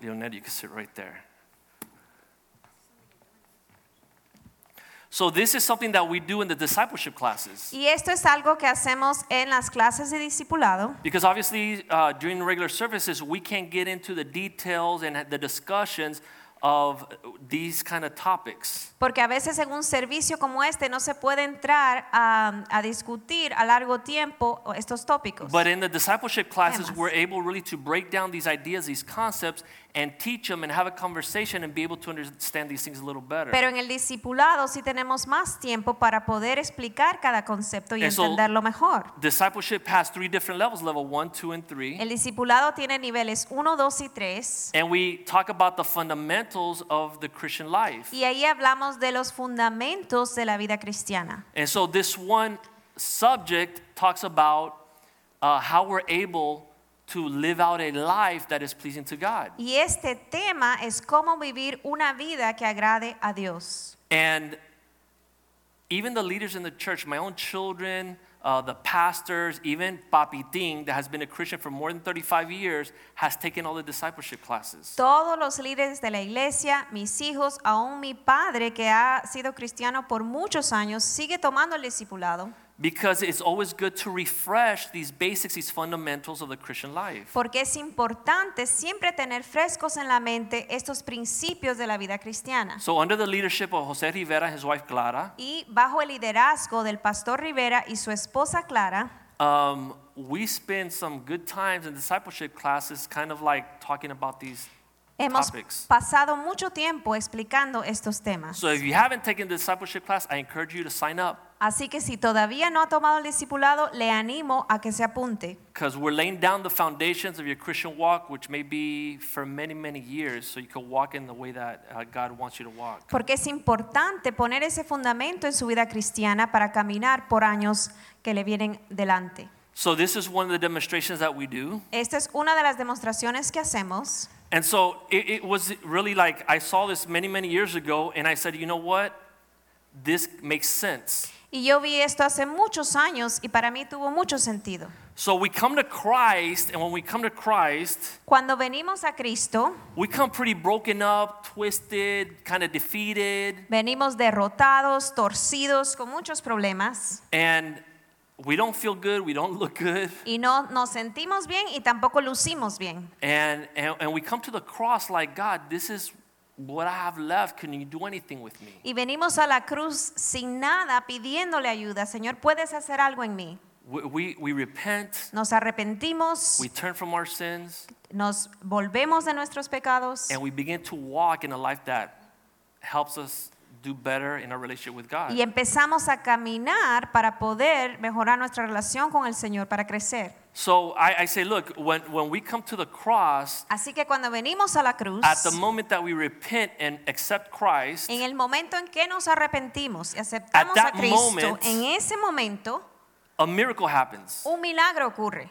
Speaker 2: Leonet, you can sit right there. So, this is something that we do in the discipleship classes.
Speaker 3: Y esto es algo que hacemos en las clases de discipulado,
Speaker 2: Because obviously, uh, during regular services, we can't get into the details and the discussions of these kind of topics.
Speaker 3: porque a veces en un servicio como este no se puede entrar a, a discutir a largo tiempo estos tópicos.
Speaker 2: But in the discipleship classes,
Speaker 3: Temas.
Speaker 2: we're able really to break down these ideas, these concepts, and teach them and have a conversation and be able to understand these things a little better.
Speaker 3: Pero en el discipulado sí tenemos más tiempo para poder explicar cada concepto y
Speaker 2: Eso-
Speaker 3: entenderlo mejor.
Speaker 2: discipleship has three different levels level one, two, and three.
Speaker 3: El discipulado tiene niveles 1, 2 y 3.
Speaker 2: And we talk about the fundamentals of the Christian life.
Speaker 3: Y ahí hablamos de los fundamentos de la vida cristiana.
Speaker 2: And so this one subject talks about uh, how we're able to live out a life that is pleasing to God.
Speaker 3: Y este tema es cómo vivir una vida que agrade a Dios.
Speaker 2: And even the leaders in the church, my own children, uh, the pastors, even Papi Ding, that has been a Christian for more than 35 years, has taken all the discipleship classes.
Speaker 3: Todos los líderes de la iglesia, mis hijos, aún mi padre que ha sido cristiano por muchos años, sigue tomando el discipulado
Speaker 2: Because it's always good to refresh these basics, these fundamentals of the Christian life.
Speaker 3: porque es importante siempre tener frescos en la mente estos principios de la vida cristiana.
Speaker 2: So, under the leadership of Jose Rivera and his wife Clara,
Speaker 3: Y bajo el liderazgo del pastor Rivera y su esposa Clara,
Speaker 2: um, we spend some good times in discipleship classes, kind of like talking about these
Speaker 3: hemos
Speaker 2: topics.
Speaker 3: pasado mucho tiempo explicando estos temas.
Speaker 2: So, if you haven't taken the discipleship class, I encourage you to sign up.
Speaker 3: Así que si todavía no ha tomado el discipulado, le animo a que se apunte.
Speaker 2: Because we're laying down the foundations of your Christian walk, which may be for many, many years, so you can walk in the way that uh, God wants you to walk.
Speaker 3: Porque es importante poner ese fundamento en su vida cristiana para caminar por años que le vienen delante.
Speaker 2: So, this is one of the demonstrations that we do.
Speaker 3: Esta es una de las demostraciones que hacemos.
Speaker 2: And so, it, it was really like I saw this many, many years ago, and I said, you know what? This makes sense.
Speaker 3: Y yo vi esto hace muchos años y para mí tuvo mucho sentido.
Speaker 2: So, we come to Christ, and when we come to Christ,
Speaker 3: Cuando venimos a Cristo,
Speaker 2: we come pretty broken up, twisted, kind of defeated,
Speaker 3: venimos derrotados, torcidos, con muchos problemas.
Speaker 2: and we don't feel good, we don't look good.
Speaker 3: Y no nos sentimos bien y tampoco lucimos bien.
Speaker 2: And, and, and we come to the cross like, God, this is what I have left. Can you do anything with me?
Speaker 3: Y venimos a la cruz sin nada, pidiéndole ayuda. Señor, ¿puedes hacer algo en mí?
Speaker 2: We, we, we repent,
Speaker 3: Nos arrepentimos,
Speaker 2: we turn from our sins,
Speaker 3: nos volvemos de nuestros pecados
Speaker 2: and we begin to walk in a life that helps us do better in our relationship with God.
Speaker 3: y empezamos a caminar para poder mejorar nuestra relación con el Señor, para crecer.
Speaker 2: So I, I say, look, when, when we come to the cross,
Speaker 3: Así que cuando venimos a la cruz,
Speaker 2: at the moment that we repent and accept Christ,
Speaker 3: en el momento en que nos arrepentimos y
Speaker 2: At
Speaker 3: aceptamos
Speaker 2: that
Speaker 3: a Cristo,
Speaker 2: moment-
Speaker 3: en ese momento
Speaker 2: a miracle happens.
Speaker 3: un milagro ocurre.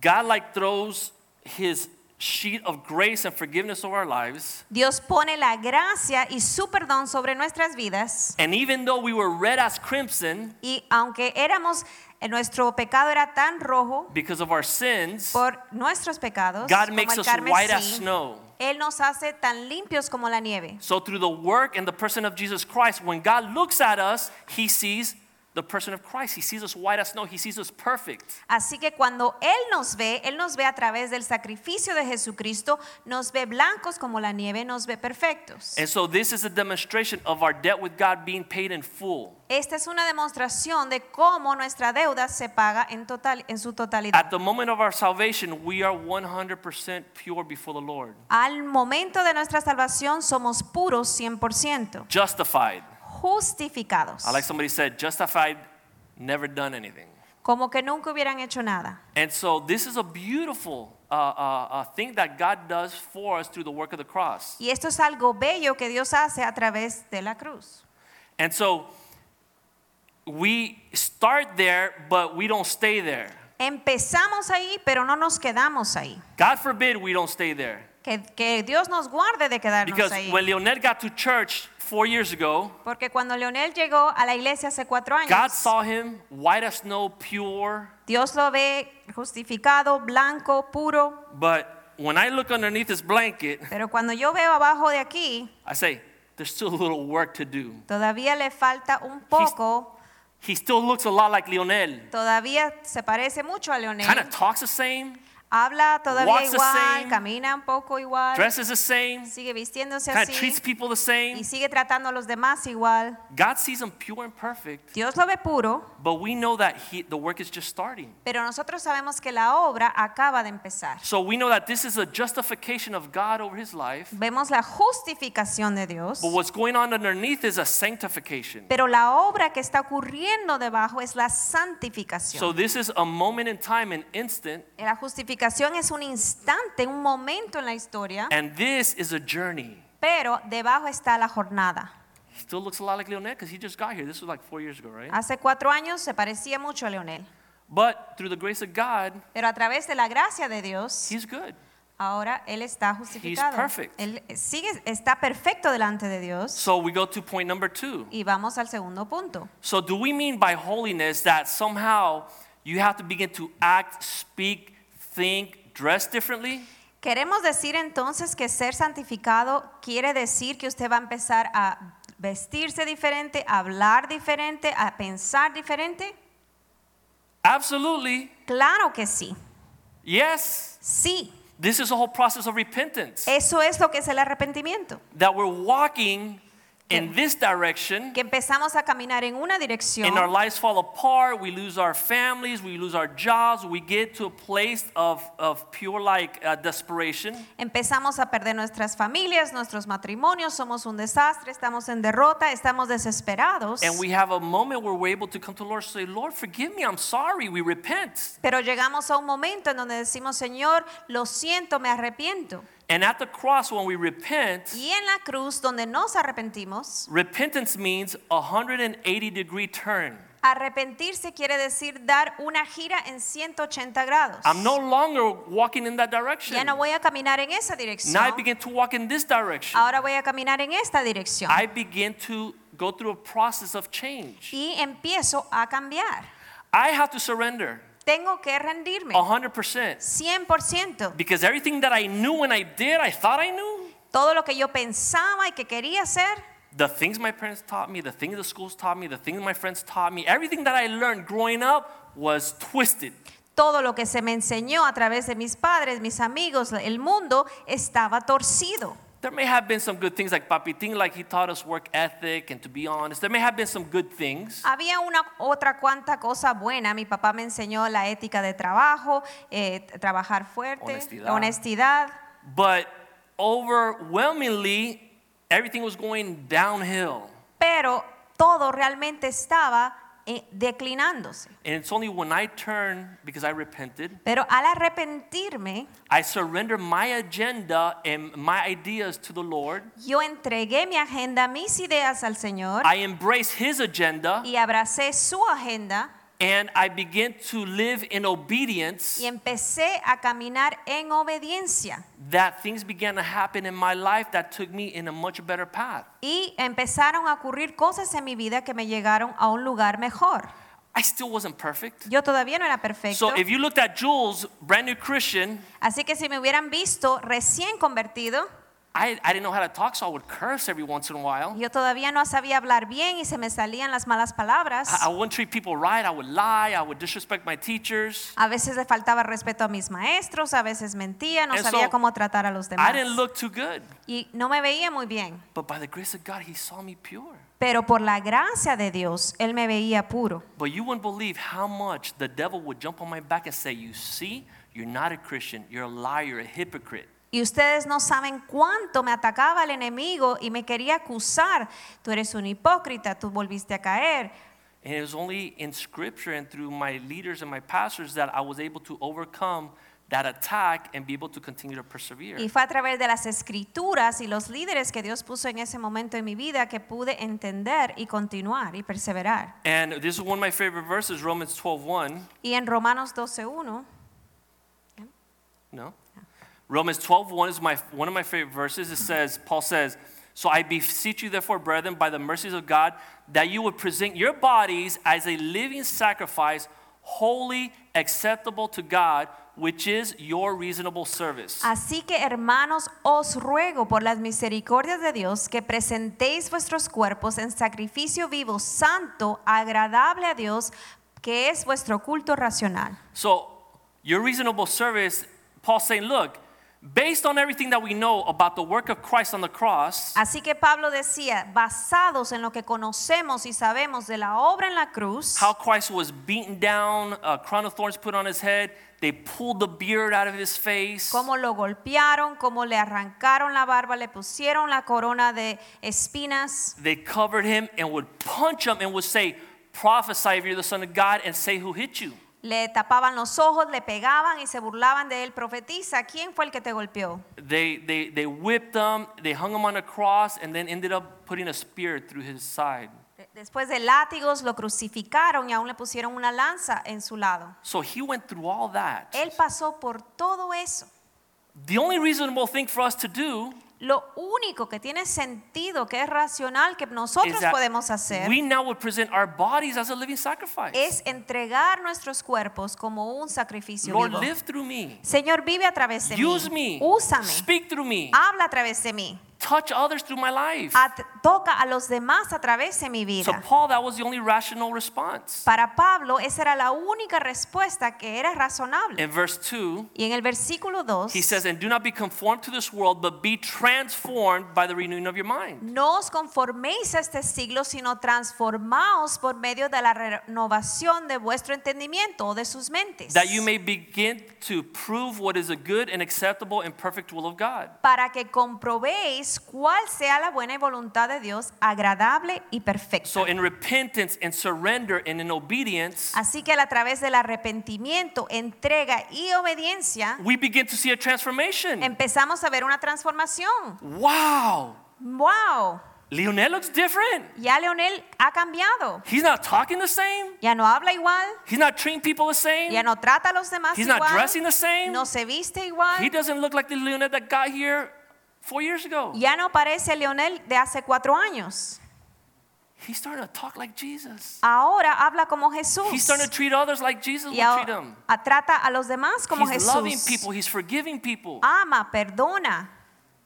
Speaker 2: God like throws his sheet of grace and forgiveness over our lives.
Speaker 3: Dios pone la gracia y su perdón sobre nuestras vidas
Speaker 2: And even though we were red as crimson,
Speaker 3: y aunque éramos eh, nuestro pecado era tan rojo
Speaker 2: because of our sins,
Speaker 3: por nuestros pecados,
Speaker 2: God
Speaker 3: como
Speaker 2: makes
Speaker 3: el
Speaker 2: us white as
Speaker 3: carmesí,
Speaker 2: snow.
Speaker 3: Él nos hace tan limpios como la nieve.
Speaker 2: So through the work and the person of Jesus Christ, when God looks at us, he sees the person of Christ. He sees us white as snow. He sees us perfect.
Speaker 3: Así que cuando Él nos ve, Él nos ve a través del sacrificio de Jesucristo, nos ve blancos como la nieve, nos ve perfectos.
Speaker 2: And so this is a demonstration of our debt with God being paid in full.
Speaker 3: Esta es una demostración de cómo nuestra deuda se paga en, total, en su totalidad.
Speaker 2: At the moment of our salvation, we are 100% pure before the Lord,
Speaker 3: Al momento de nuestra salvación somos puros 100%,
Speaker 2: justified.
Speaker 3: justificados,
Speaker 2: I like somebody said, justified, never done anything.
Speaker 3: como que nunca hubieran hecho nada.
Speaker 2: And so this is a beautiful uh, uh, uh, thing that God does for us through the work of the cross.
Speaker 3: Y esto es algo bello que Dios hace a través de la cruz.
Speaker 2: And so we start there, but we don't stay there.
Speaker 3: Empezamos ahí, pero no nos quedamos ahí.
Speaker 2: God forbid we don't stay there.
Speaker 3: Que, que Dios nos guarde de quedarnos
Speaker 2: Because
Speaker 3: ahí.
Speaker 2: when Leonette got to church four years ago,
Speaker 3: Porque cuando Leonel llegó a la iglesia hace cuatro años,
Speaker 2: God saw him white as snow, pure.
Speaker 3: Dios lo ve justificado, blanco, puro.
Speaker 2: But when I look underneath his blanket,
Speaker 3: Pero cuando yo veo abajo de aquí,
Speaker 2: I say, there's still a little work to do.
Speaker 3: todavía le falta un poco.
Speaker 2: He still looks a lot like Leonel.
Speaker 3: Todavía se parece mucho a Leonel.
Speaker 2: Kind of talks the same,
Speaker 3: Habla todavía
Speaker 2: walks the
Speaker 3: igual,
Speaker 2: same,
Speaker 3: camina un poco igual,
Speaker 2: dresses the same,
Speaker 3: sigue vistiéndose
Speaker 2: kind of treats
Speaker 3: así
Speaker 2: people the same.
Speaker 3: y sigue tratando a los demás igual.
Speaker 2: God sees them pure and perfect,
Speaker 3: Dios lo ve puro,
Speaker 2: but we know that he, the work is just starting.
Speaker 3: pero nosotros sabemos que la obra acaba de empezar.
Speaker 2: So we know that this is a justification of God over his life,
Speaker 3: Vemos la justificación de Dios.
Speaker 2: but what's going on underneath is a sanctification.
Speaker 3: Pero la obra que está ocurriendo debajo es la santificación.
Speaker 2: So this is a moment in time, an instant,
Speaker 3: la justificación es un instante, un momento en la historia,
Speaker 2: and this is a journey.
Speaker 3: pero debajo está la jornada.
Speaker 2: He Eh. still looks a lot like Leonette because he just got here. This was like four years ago, right?
Speaker 3: Hace cuatro años se parecía mucho a Leonel,
Speaker 2: But through the grace of God,
Speaker 3: Pero a través de la gracia de Dios,
Speaker 2: he's good.
Speaker 3: ahora él está justificado.
Speaker 2: perfect.
Speaker 3: Él sigue, está perfecto delante de Dios.
Speaker 2: So we go to point number two.
Speaker 3: Y vamos al segundo punto.
Speaker 2: So, do we mean by holiness that somehow you have to begin to act, speak, think, dress differently?
Speaker 3: Queremos decir entonces que ser santificado quiere decir que usted va a empezar a vestirse diferente, a hablar diferente, a pensar diferente.
Speaker 2: Absolutely.
Speaker 3: Claro que sí.
Speaker 2: Yes.
Speaker 3: Sí,
Speaker 2: This is a whole process of repentance.
Speaker 3: eso es lo que es el arrepentimiento.
Speaker 2: That we're walking in this direction
Speaker 3: Que empezamos a caminar en una
Speaker 2: and our
Speaker 3: dirección
Speaker 2: lives fall apart. We lose our families. We lose our jobs. We get to a place of, of pure like uh, desperation.
Speaker 3: Empezamos a perder nuestras familias, nuestros matrimonios, somos un desastre, estamos en derrota, estamos desesperados.
Speaker 2: And we have a moment where we're able to come to the Lord and say, Lord, forgive me. I'm sorry. We repent.
Speaker 3: Pero llegamos a un momento en donde decimos, Señor, lo siento, me arrepiento.
Speaker 2: And at the cross, when we repent,
Speaker 3: Y en la cruz, donde nos arrepentimos,
Speaker 2: Repentance means a 180 degree turn.
Speaker 3: arrepentirse quiere decir dar una gira en 180 grados.
Speaker 2: I'm no longer walking in that direction.
Speaker 3: Ya no voy a caminar en esa
Speaker 2: now I
Speaker 3: dirección.
Speaker 2: begin to walk in this direction.
Speaker 3: Ahora voy a caminar en esta dirección.
Speaker 2: I begin to go through a process of change.
Speaker 3: Y empiezo a cambiar.
Speaker 2: I have to surrender
Speaker 3: Tengo que rendirme
Speaker 2: Oh. 100%
Speaker 3: 100%.
Speaker 2: because everything that I knew when I did, I thought I knew.
Speaker 3: todo lo que yo pensaba y que quería hacer,
Speaker 2: The things my parents taught me, the things the schools taught me, the things my friends taught me, everything that I learned growing up was twisted.
Speaker 3: todo lo que se me enseñó a través de mis padres, mis amigos, el mundo, estaba torcido.
Speaker 2: There may have been some good things like Papi Ting, like he taught us work ethic and to be honest. There may have been some good things.
Speaker 3: Había una otra cuanta cosa buena. Mi papá me enseñó la ética de trabajo, eh, t- trabajar fuerte,
Speaker 2: Honestidad.
Speaker 3: honestidad.
Speaker 2: But overwhelmingly, everything was going downhill.
Speaker 3: Pero todo realmente estaba eh, declinándose.
Speaker 2: And it's only when I turn, because I repented,
Speaker 3: Pero al arrepentirme,
Speaker 2: I surrender my agenda and my ideas to the Lord.
Speaker 3: yo entregué mi agenda, mis ideas al Señor
Speaker 2: I embrace His agenda
Speaker 3: y abracé su agenda.
Speaker 2: and I begin to live in obedience.
Speaker 3: y empecé a caminar en obediencia
Speaker 2: That things began to happen in my life that took me in a much better path.
Speaker 3: y empezaron a ocurrir cosas en mi vida que me llegaron a un lugar mejor.
Speaker 2: I still wasn't perfect.
Speaker 3: Yo todavía no era perfecto,
Speaker 2: So if you looked at Jules, brand new Christian,
Speaker 3: así que si me hubieran visto recién convertido,
Speaker 2: I, I didn't know how to talk, so I would curse every once in a while.
Speaker 3: yo todavía no sabía hablar bien y se me salían las malas palabras.
Speaker 2: I, I wouldn't treat people right. I would lie. I would disrespect my teachers.
Speaker 3: A veces le faltaba respeto a mis maestros, a veces mentía, no
Speaker 2: And
Speaker 3: sabía
Speaker 2: so,
Speaker 3: cómo tratar a los
Speaker 2: I
Speaker 3: demás
Speaker 2: didn't look too good.
Speaker 3: y no me veía muy bien.
Speaker 2: But by the grace of God, He saw me pure.
Speaker 3: Pero por la gracia de Dios, Él me veía puro.
Speaker 2: But you wouldn't believe how much the devil would jump on my back and say, You see, you're not a Christian. You're a liar, you're a hypocrite.
Speaker 3: Y ustedes no saben cuánto me atacaba el enemigo y me quería acusar. Tú eres un hipócrita, tú volviste a caer.
Speaker 2: And it was only in scripture and through my leaders and my pastors that I was able to overcome that attack and be able to continue to persevere.
Speaker 3: Y fue a través de las escrituras y los líderes que Dios puso en ese momento en mi vida que pude entender y continuar y perseverar.
Speaker 2: And this is one of my favorite verses, Romans 12:1.
Speaker 3: Y en Romanos 12.1,
Speaker 2: No. Romans 12:1 is my one of my favorite verses. It says Paul says, "So I beseech you therefore, brethren, by the mercies of God, that you would present your bodies as a living sacrifice, holy, acceptable to God, which is your reasonable service."
Speaker 3: así que hermanos, os ruego por las misericordias de Dios que presentéis vuestros cuerpos en sacrificio vivo, santo, agradable a Dios, que es vuestro culto racional.
Speaker 2: So, your reasonable service, Paul's saying, "Look, based on everything that we know about the work of Christ on the cross,
Speaker 3: Así que Pablo decía, basados en lo que conocemos y sabemos de la obra en la cruz,
Speaker 2: how Christ was beaten down, a crown of thorns put on his head, they pulled the beard out of his face."
Speaker 3: cómo lo golpearon, cómo le arrancaron la barba, le pusieron la corona de espinas,
Speaker 2: they covered him and would punch him and would say, Prophesy if you're the Son of God and say who hit you.
Speaker 3: le tapaban los ojos, le pegaban y se burlaban de él. Profetiza, ¿quién fue el que te golpeó?
Speaker 2: They, they, they whipped him, they hung him on a cross, and then ended up putting a spear through his side.
Speaker 3: Eh, Después de látigos lo crucificaron y aún le pusieron una lanza en su lado.
Speaker 2: So he went through all that.
Speaker 3: Él pasó por todo eso.
Speaker 2: The only reasonable thing for us to do
Speaker 3: Lo único que tiene sentido, que es racional, que
Speaker 2: is
Speaker 3: nosotros
Speaker 2: that
Speaker 3: podemos hacer
Speaker 2: we now would present our bodies as a living sacrifice.
Speaker 3: es entregar nuestros cuerpos como un sacrificio
Speaker 2: Lord,
Speaker 3: vivo.
Speaker 2: live through me.
Speaker 3: Señor, vive a través de
Speaker 2: Use
Speaker 3: mí.
Speaker 2: me.
Speaker 3: Úsame. Ah.
Speaker 2: Speak through me.
Speaker 3: Habla a través de mí.
Speaker 2: Touch others through my life.
Speaker 3: At- toca a los demás a través de mi
Speaker 2: So
Speaker 3: vida.
Speaker 2: Paul, that was the only rational response.
Speaker 3: Para Pablo, esa era la única respuesta que era razonable.
Speaker 2: In verse 2,
Speaker 3: Y en el versículo 2,
Speaker 2: Em, he says, And do not be conformed to this world, but be transformed by the renewing of your mind.
Speaker 3: no os conforméis a este siglo, sino transformaos por medio de la renovación de vuestro entendimiento o de sus mentes.
Speaker 2: That you may begin to prove what is a good and acceptable and perfect will of God.
Speaker 3: para que comprobéis cuál sea la buena voluntad de Dios, agradable y perfecta.
Speaker 2: So em, in repentance and surrender and in obedience,
Speaker 3: Así que a través del arrepentimiento, entrega y obediencia,
Speaker 2: we begin to see a transformation.
Speaker 3: empezamos a ver una transformación.
Speaker 2: Wow,
Speaker 3: ¡Wow!
Speaker 2: Lionel looks different.
Speaker 3: Ya Leonel ha cambiado.
Speaker 2: He's not talking the same.
Speaker 3: Ya no habla igual,
Speaker 2: He's not treating people the
Speaker 3: ya
Speaker 2: same.
Speaker 3: no trata a los demás
Speaker 2: He's not
Speaker 3: igual,
Speaker 2: dressing the same.
Speaker 3: no se viste
Speaker 2: He
Speaker 3: igual,
Speaker 2: doesn't look like the Lionel that got here four years ago.
Speaker 3: ya no parece Leonel de hace cuatro años.
Speaker 2: He's starting to talk like Jesus.
Speaker 3: Ahora habla como Jesús
Speaker 2: He's starting to treat others like Jesus
Speaker 3: y
Speaker 2: would treat them.
Speaker 3: ahora a- trata a los demás como
Speaker 2: He's loving people.
Speaker 3: Jesús.
Speaker 2: He's forgiving people.
Speaker 3: Ama, perdona,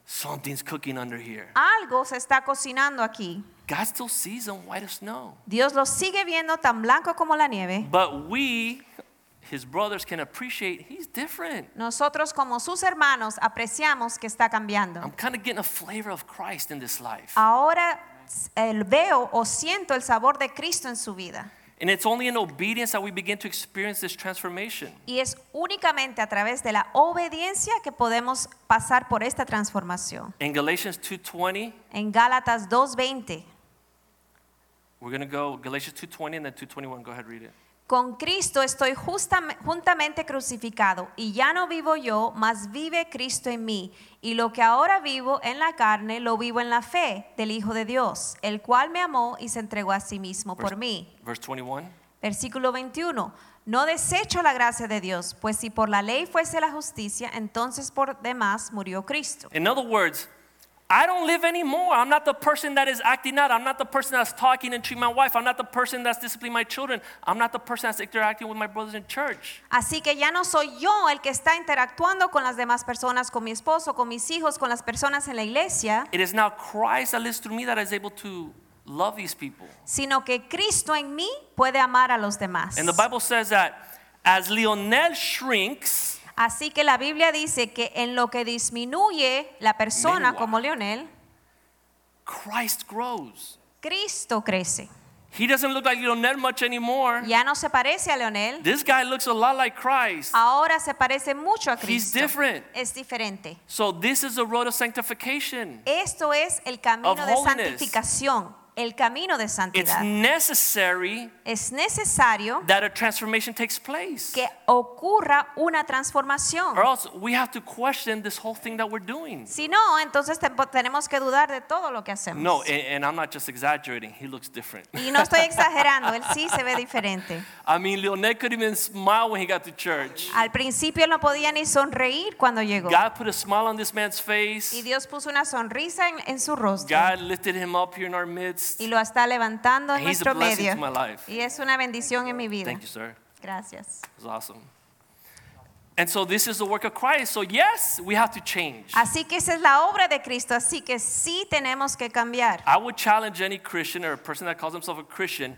Speaker 2: Something's cooking under here.
Speaker 3: Algo se está cocinando aquí.
Speaker 2: God still sees them white as snow.
Speaker 3: Dios los sigue viendo tan blanco como la nieve.
Speaker 2: But we, his brothers, can appreciate he's different.
Speaker 3: Nosotros como sus hermanos apreciamos que está
Speaker 2: I'm
Speaker 3: cambiando.
Speaker 2: kind of getting a flavor of Christ in this life.
Speaker 3: Ahora eh, veo o siento el sabor de Cristo en su vida.
Speaker 2: And it's only in obedience that we begin to experience this transformation.
Speaker 3: Y es únicamente a través de la obediencia que podemos pasar por esta transformación.
Speaker 2: In Galatians 2:20,
Speaker 3: En Gálatas 2.20,
Speaker 2: we're going to go Galatians 2:20 and then 2:21. Go ahead, read it.
Speaker 3: con Cristo estoy justam- juntamente crucificado y ya no vivo yo, mas vive Cristo en mí. Y lo que ahora vivo en la carne, lo vivo en la fe del Hijo de Dios, el cual me amó y se entregó a sí mismo por mí.
Speaker 2: Verse 21.
Speaker 3: Versículo 21. No desecho la gracia de Dios, pues si por la ley fuese la justicia, entonces por demás murió Cristo.
Speaker 2: In other words, I don't live anymore. I'm not the person that is acting out. I'm not the person that's talking and treating my wife. I'm not the person that's disciplining my children. I'm not the person that's interacting with my brothers in church.
Speaker 3: Así que ya no soy yo el que está interactuando con las demás personas, con mi esposo, con mis hijos, con las personas en la iglesia,
Speaker 2: It is now Christ that lives through me that is able to love these people.
Speaker 3: sino que Cristo en mí puede amar a los demás.
Speaker 2: And the Bible says that as Lionel shrinks,
Speaker 3: Así que la Biblia dice que en lo que disminuye la persona
Speaker 2: Meanwhile.
Speaker 3: como Leonel,
Speaker 2: Christ grows.
Speaker 3: Cristo crece.
Speaker 2: He doesn't look like Lionel much anymore.
Speaker 3: Ya no se parece a Leonel,
Speaker 2: This guy looks a lot like Christ.
Speaker 3: ahora se parece mucho a Cristo.
Speaker 2: different.
Speaker 3: Es diferente.
Speaker 2: So this is the road of sanctification.
Speaker 3: Esto es el camino de
Speaker 2: holiness.
Speaker 3: santificación, el camino de
Speaker 2: It's
Speaker 3: santidad.
Speaker 2: necessary
Speaker 3: Es necesario
Speaker 2: that a transformation takes place.
Speaker 3: que ocurra una transformación.
Speaker 2: Or else we have to question this whole thing that we're doing.
Speaker 3: Si no, entonces te- tenemos que dudar de todo lo que hacemos.
Speaker 2: No, eh. and, and I'm not just exaggerating. He looks different.
Speaker 3: y no estoy exagerando, él sí se ve diferente.
Speaker 2: I mean, Leonel couldn't even smile when he got to church.
Speaker 3: Al principio él no podía ni sonreír cuando llegó.
Speaker 2: God put a smile on this man's
Speaker 3: Y
Speaker 2: face.
Speaker 3: Dios puso una sonrisa en, en su rostro
Speaker 2: God lifted him up here in our midst.
Speaker 3: y lo está levantando en
Speaker 2: And he's a
Speaker 3: nuestro
Speaker 2: blessing
Speaker 3: medio.
Speaker 2: to my life.
Speaker 3: Y es una bendición en mi vida.
Speaker 2: Thank you, sir.
Speaker 3: Gracias.
Speaker 2: It was awesome. And so this is the work of Christ. So yes, we have to change.
Speaker 3: Así que esa es la obra de Cristo, así que sí tenemos que cambiar.
Speaker 2: I would challenge any Christian or a person that calls himself a Christian,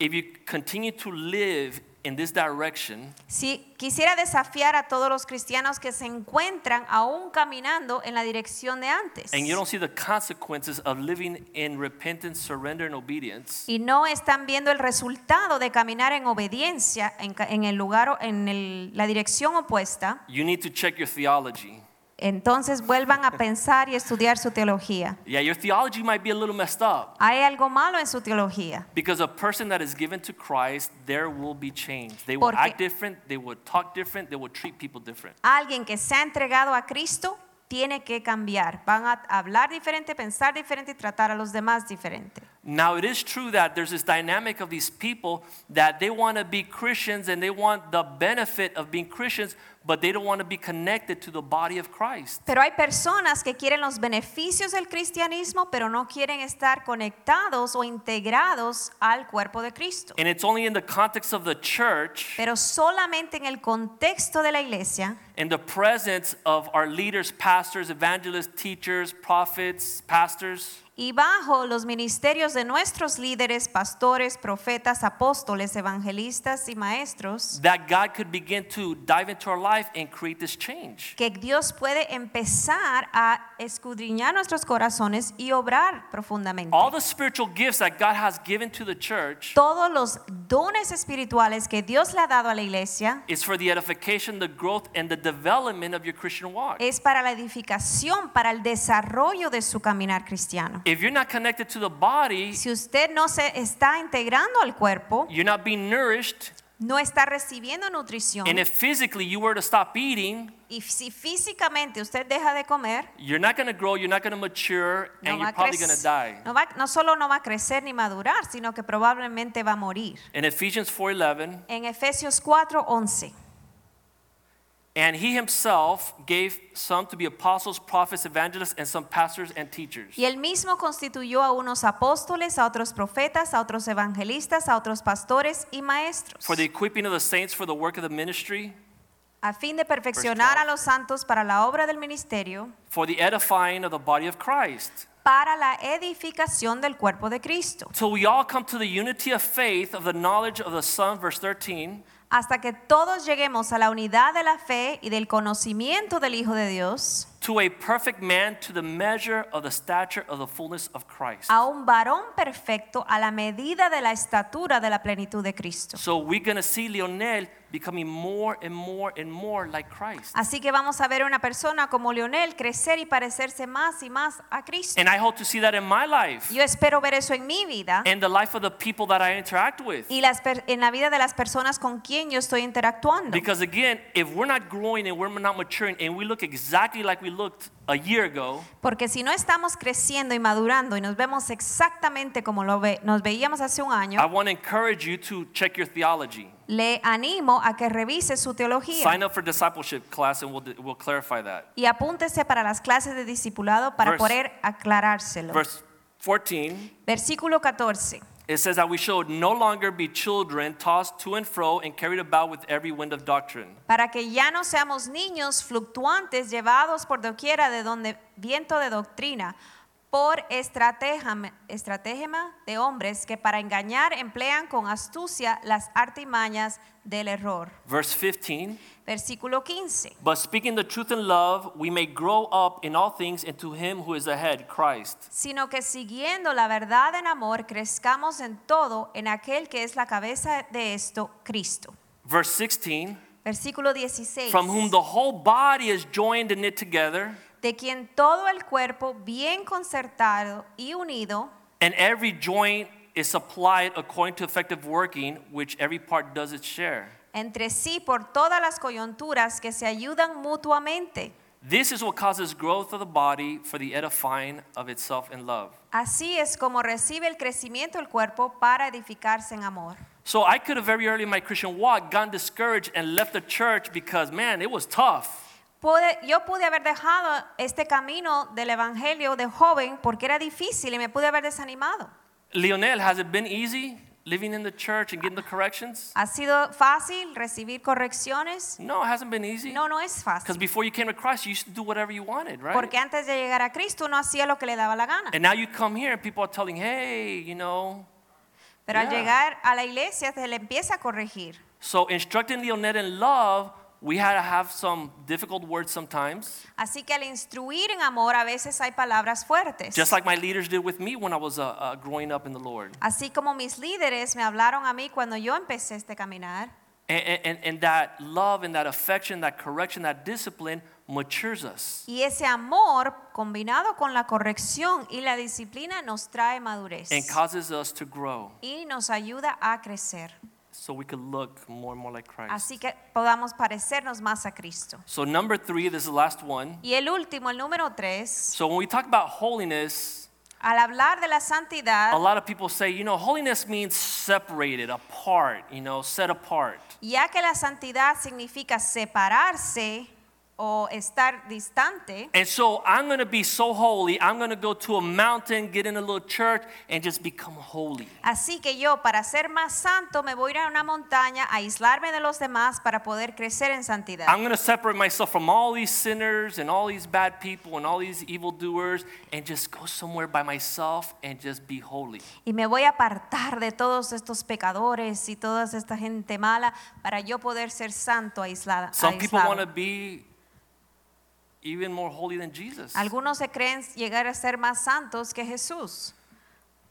Speaker 2: if you continue to live in this direction,
Speaker 3: Si quisiera desafiar a todos los cristianos que se encuentran aún caminando en la dirección de antes
Speaker 2: and you don't see the consequences of living in repentance, surrender, and obedience,
Speaker 3: y no están viendo el resultado de caminar en obediencia en, ca- en el lugar o- en el- la dirección opuesta,
Speaker 2: you need to check your theology.
Speaker 3: entonces vuelvan a pensar y estudiar su teología.
Speaker 2: Yeah, your theology might be a little messed up
Speaker 3: Hay algo malo en su teología.
Speaker 2: because a person that is given to Christ, there will be change. They will
Speaker 3: Porque-
Speaker 2: act different, they will talk different, they will treat people different.
Speaker 3: Alguien que se ha entregado a Cristo tiene que cambiar. Van a hablar diferente, pensar diferente y tratar a los demás diferente.
Speaker 2: Now, it is true that there's this dynamic of these people that they want to be Christians and they want the benefit of being Christians, but they don't want to be connected to the body of Christ.
Speaker 3: Pero hay personas que quieren los beneficios del cristianismo, pero no quieren estar conectados o integrados al cuerpo de Cristo.
Speaker 2: And it's only in the context of the church
Speaker 3: Pero solamente en el contexto de la iglesia,
Speaker 2: and the presence of our leaders, pastors, evangelists, teachers, prophets, pastors,
Speaker 3: y bajo los ministerios de nuestros líderes, pastores, profetas, apóstoles, evangelistas y maestros,
Speaker 2: that God could begin to dive into our life and create this change.
Speaker 3: que Dios puede empezar a escudriñar nuestros corazones y obrar profundamente.
Speaker 2: All the spiritual gifts that God has given to the church
Speaker 3: Todos los dones espirituales que Dios le ha dado a la iglesia
Speaker 2: is for the edification, the growth, and the development of your Christian walk.
Speaker 3: es para la edificación, para el desarrollo de su caminar cristiano.
Speaker 2: If you're not connected to the body,
Speaker 3: Si usted no se está integrando al cuerpo,
Speaker 2: you're not being nourished,
Speaker 3: no está recibiendo nutrición
Speaker 2: and if physically you were to stop eating,
Speaker 3: y si físicamente usted deja de comer,
Speaker 2: you're not going to grow, you're not going to mature,
Speaker 3: no,
Speaker 2: and you're
Speaker 3: va a
Speaker 2: probably going to die.
Speaker 3: crecer- no va- no solo no va a crecer ni madurar, sino que probablemente va a morir.
Speaker 2: In Ephesians 4:11,
Speaker 3: En Efesios 4:11.
Speaker 2: and he himself gave some to be apostles, prophets, evangelists, and some pastors and teachers.
Speaker 3: Y él mismo constituyó a unos apóstoles, a otros profetas, a otros evangelistas, a otros pastores y maestros,
Speaker 2: For the equipping of the saints for the work of the ministry,
Speaker 3: a fin de perfeccionar a los santos para la obra del ministerio,
Speaker 2: for the edifying of the body of Christ.
Speaker 3: para la edificación del cuerpo de Cristo,
Speaker 2: Till we all come to the unity of faith, of the knowledge of the Son, verse 13,
Speaker 3: hasta que todos lleguemos a la unidad de la fe y del conocimiento del Hijo de Dios,
Speaker 2: to a perfect man, to the measure of the stature of the fullness of Christ.
Speaker 3: a un varón perfecto a la medida de la estatura de la plenitud de Cristo.
Speaker 2: So we're going to see Lionel becoming more and more and more like Christ.
Speaker 3: Así que vamos a ver a una persona como Leonel crecer y parecerse más y más a Cristo.
Speaker 2: And I hope to see that in my life
Speaker 3: Yo espero ver eso en mi vida
Speaker 2: and the life of the people that I interact with.
Speaker 3: y las per- en la vida de las personas con quien yo estoy interactuando.
Speaker 2: Because again, if we're not growing and we're not maturing and we look exactly like we looked a year ago,
Speaker 3: Porque si no estamos creciendo y madurando y nos vemos exactamente como lo ve- nos veíamos hace un
Speaker 2: I
Speaker 3: año,
Speaker 2: want to encourage you to check your theology.
Speaker 3: le animo a que revise su teología
Speaker 2: Sign up for discipleship class and we'll, we'll clarify that.
Speaker 3: y apúntese para las clases de discipulado para
Speaker 2: Verse-
Speaker 3: poder aclarárselo.
Speaker 2: Verse 14,
Speaker 3: Versículo 14.
Speaker 2: it says that we should no longer be children tossed to and fro and carried about with every wind of doctrine.
Speaker 3: Para que ya no seamos niños fluctuantes llevados por doquiera de donde viento de doctrina, por estratagema estratagema de hombres que para engañar emplean con astucia las artimañas del error.
Speaker 2: Verse 15,
Speaker 3: Versículo 15.
Speaker 2: but speaking the truth in love, we may grow up in all things into him who is the head, Christ.
Speaker 3: Sino que siguiendo la verdad en amor, crezcamos en todo en aquel que es la cabeza de esto, Cristo.
Speaker 2: Verse 16,
Speaker 3: Versículo 16.
Speaker 2: from whom the whole body is joined and knit together,
Speaker 3: de quien todo el cuerpo bien concertado y unido
Speaker 2: and every joint is supplied according to effective working, which every part does its share.
Speaker 3: entre sí por todas las coyunturas que se ayudan mutuamente.
Speaker 2: This is what causes growth of the body for the edifying of itself in love.
Speaker 3: Así es como recibe el crecimiento el cuerpo para edificarse en amor.
Speaker 2: So I could have very early in my Christian walk gotten discouraged and left the church because, man, it was tough.
Speaker 3: Pude- yo pude haber dejado este camino del Evangelio de joven porque era difícil y me pude haber desanimado.
Speaker 2: Lionel, has it been easy living in the church and getting the corrections?
Speaker 3: ¿Ha sido fácil recibir correcciones?
Speaker 2: No, it hasn't been easy.
Speaker 3: No, no es
Speaker 2: Because
Speaker 3: fácil.
Speaker 2: before you came to Christ, you used to do whatever you wanted, right?
Speaker 3: Porque antes de llegar a Cristo uno hacía lo que le daba la gana.
Speaker 2: And now you come here and people are telling, hey, you know.
Speaker 3: Pero al
Speaker 2: yeah.
Speaker 3: llegar a la iglesia se le empieza a corregir.
Speaker 2: So instructing Lionel in love, we had to have some difficult words sometimes,
Speaker 3: Así que al instruir en amor a veces hay palabras fuertes.
Speaker 2: just like my leaders did with me when I was uh, uh, growing up in the Lord.
Speaker 3: Así como mis líderes me hablaron a mí cuando yo empecé este caminar.
Speaker 2: And, and, and that love and that affection, that correction, that discipline matures us.
Speaker 3: Y ese amor combinado con la corrección y la disciplina nos trae madurez.
Speaker 2: and causes us to grow.
Speaker 3: Y nos ayuda a crecer.
Speaker 2: so we could look more and more like Christ.
Speaker 3: así que podamos parecernos más a Cristo.
Speaker 2: So, number three, this is the last one.
Speaker 3: Y el último, el número tres,
Speaker 2: So, when we talk about holiness,
Speaker 3: al hablar de la santidad,
Speaker 2: a lot of people say, you know, holiness means separated, apart, you know, set apart.
Speaker 3: ya que la santidad significa separarse o estar distante,
Speaker 2: And so I'm going to be so holy, I'm going to go to a mountain, get in a little church, and just become holy.
Speaker 3: así que yo para ser más santo me voy a ir a una montaña, a aislarme de los demás para poder crecer en santidad.
Speaker 2: I'm going to separate myself from all these sinners and all these bad people and all these evildoers and just go somewhere by myself and just be holy.
Speaker 3: Y me voy a apartar de todos estos pecadores y toda esta gente mala para yo poder ser santo aislada.
Speaker 2: Some people
Speaker 3: aislado.
Speaker 2: want to be even more holy than Jesus.
Speaker 3: Algunos se creen llegar a ser más santos que Jesús.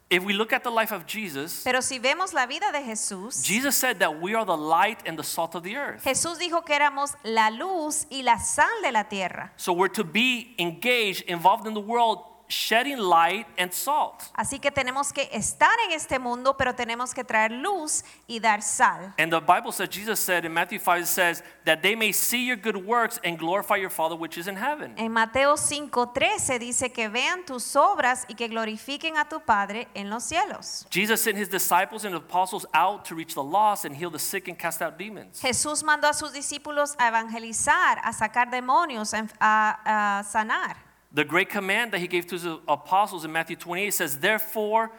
Speaker 2: If we look at the life of Jesus,
Speaker 3: Pero si vemos la vida de Jesús,
Speaker 2: Jesus said that we are the light and the salt of the earth.
Speaker 3: Jesús dijo que éramos la luz y la sal de la tierra.
Speaker 2: So we're to be engaged, involved in the world, shedding light and salt.
Speaker 3: Así que tenemos que estar en este mundo, pero tenemos que traer luz y dar sal.
Speaker 2: And the Bible says, Jesus said in Matthew 5, it says, that they may see your good works and glorify your Father which is in heaven.
Speaker 3: En Mateo 5:13 dice que vean tus obras y que glorifiquen a tu Padre en los cielos.
Speaker 2: Jesus sent his disciples and apostles out to reach the lost and heal the sick and cast out demons.
Speaker 3: Jesús mandó a sus discípulos a evangelizar, a sacar demonios, a, enf- a- a sanar.
Speaker 2: The great command that he gave to his apostles in Matthew 28 says, Therefore,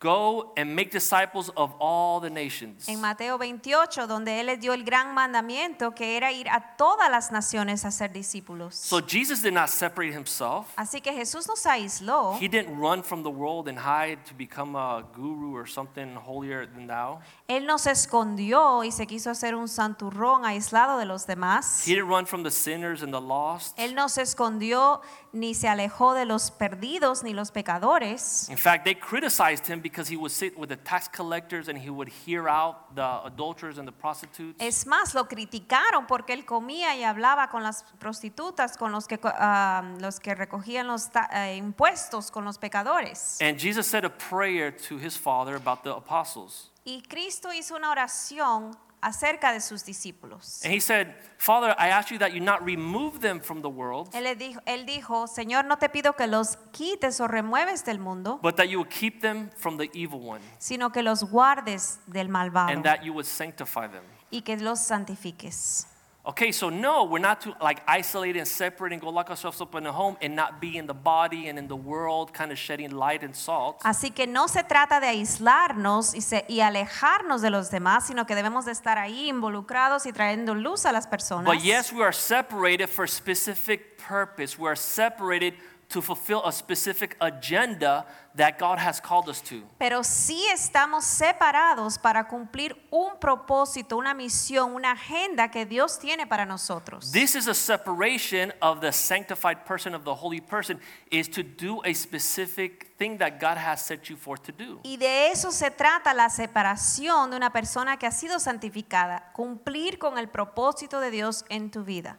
Speaker 2: go and make disciples of all the nations.
Speaker 3: En Mateo 28, donde Él les dio el gran mandamiento que era ir a todas las naciones a ser discípulos.
Speaker 2: So Jesus did not separate himself.
Speaker 3: Así que Jesús nos aisló.
Speaker 2: He didn't run from the world and hide to become a guru or something holier than thou.
Speaker 3: Él nos escondió y se quiso hacer un santurrón aislado de los demás.
Speaker 2: He didn't run from the sinners and the lost.
Speaker 3: Él no se escondió ni se alejó de los perdidos ni los pecadores.
Speaker 2: In fact, they criticized him because he would sit with the tax collectors and he would hear out the adulterers and the prostitutes.
Speaker 3: Es más, lo criticaron porque él comía y hablaba con las prostitutas, con los que, co- ah, los que recogían los ta- eh, impuestos, con los pecadores.
Speaker 2: and Jesus said a prayer to his father about the apostles.
Speaker 3: Y Cristo hizo una oración acerca de sus discípulos.
Speaker 2: And he said, Father, I ask you that you not remove them from the world,
Speaker 3: Él, le dijo, él dijo, Señor, no te pido que los quites o remueves del mundo,
Speaker 2: but that you would keep them from the evil one
Speaker 3: sino que los guardes del malvado
Speaker 2: and that you would sanctify them.
Speaker 3: y que los santifiques.
Speaker 2: Okay, so no, we're not to like isolate and separate and go lock ourselves up in a home and not be in the body and in the world, kind of shedding light and salt.
Speaker 3: Así que no se trata de aislarnos y, se- y alejarnos de los demás, sino que debemos de estar ahí involucrados y trayendo luz a las personas.
Speaker 2: But Pues, yes, we are separated for a specific purpose. We are separated to fulfill a specific agenda that God has called us to.
Speaker 3: Pero sí estamos separados para cumplir un propósito, una misión, una agenda que Dios tiene para nosotros.
Speaker 2: This is a separation of the sanctified person of the holy person is to do a specific thing that God has set you forth to do.
Speaker 3: Y de eso se trata la separación de una persona que ha sido santificada, cumplir con el propósito de Dios en tu vida.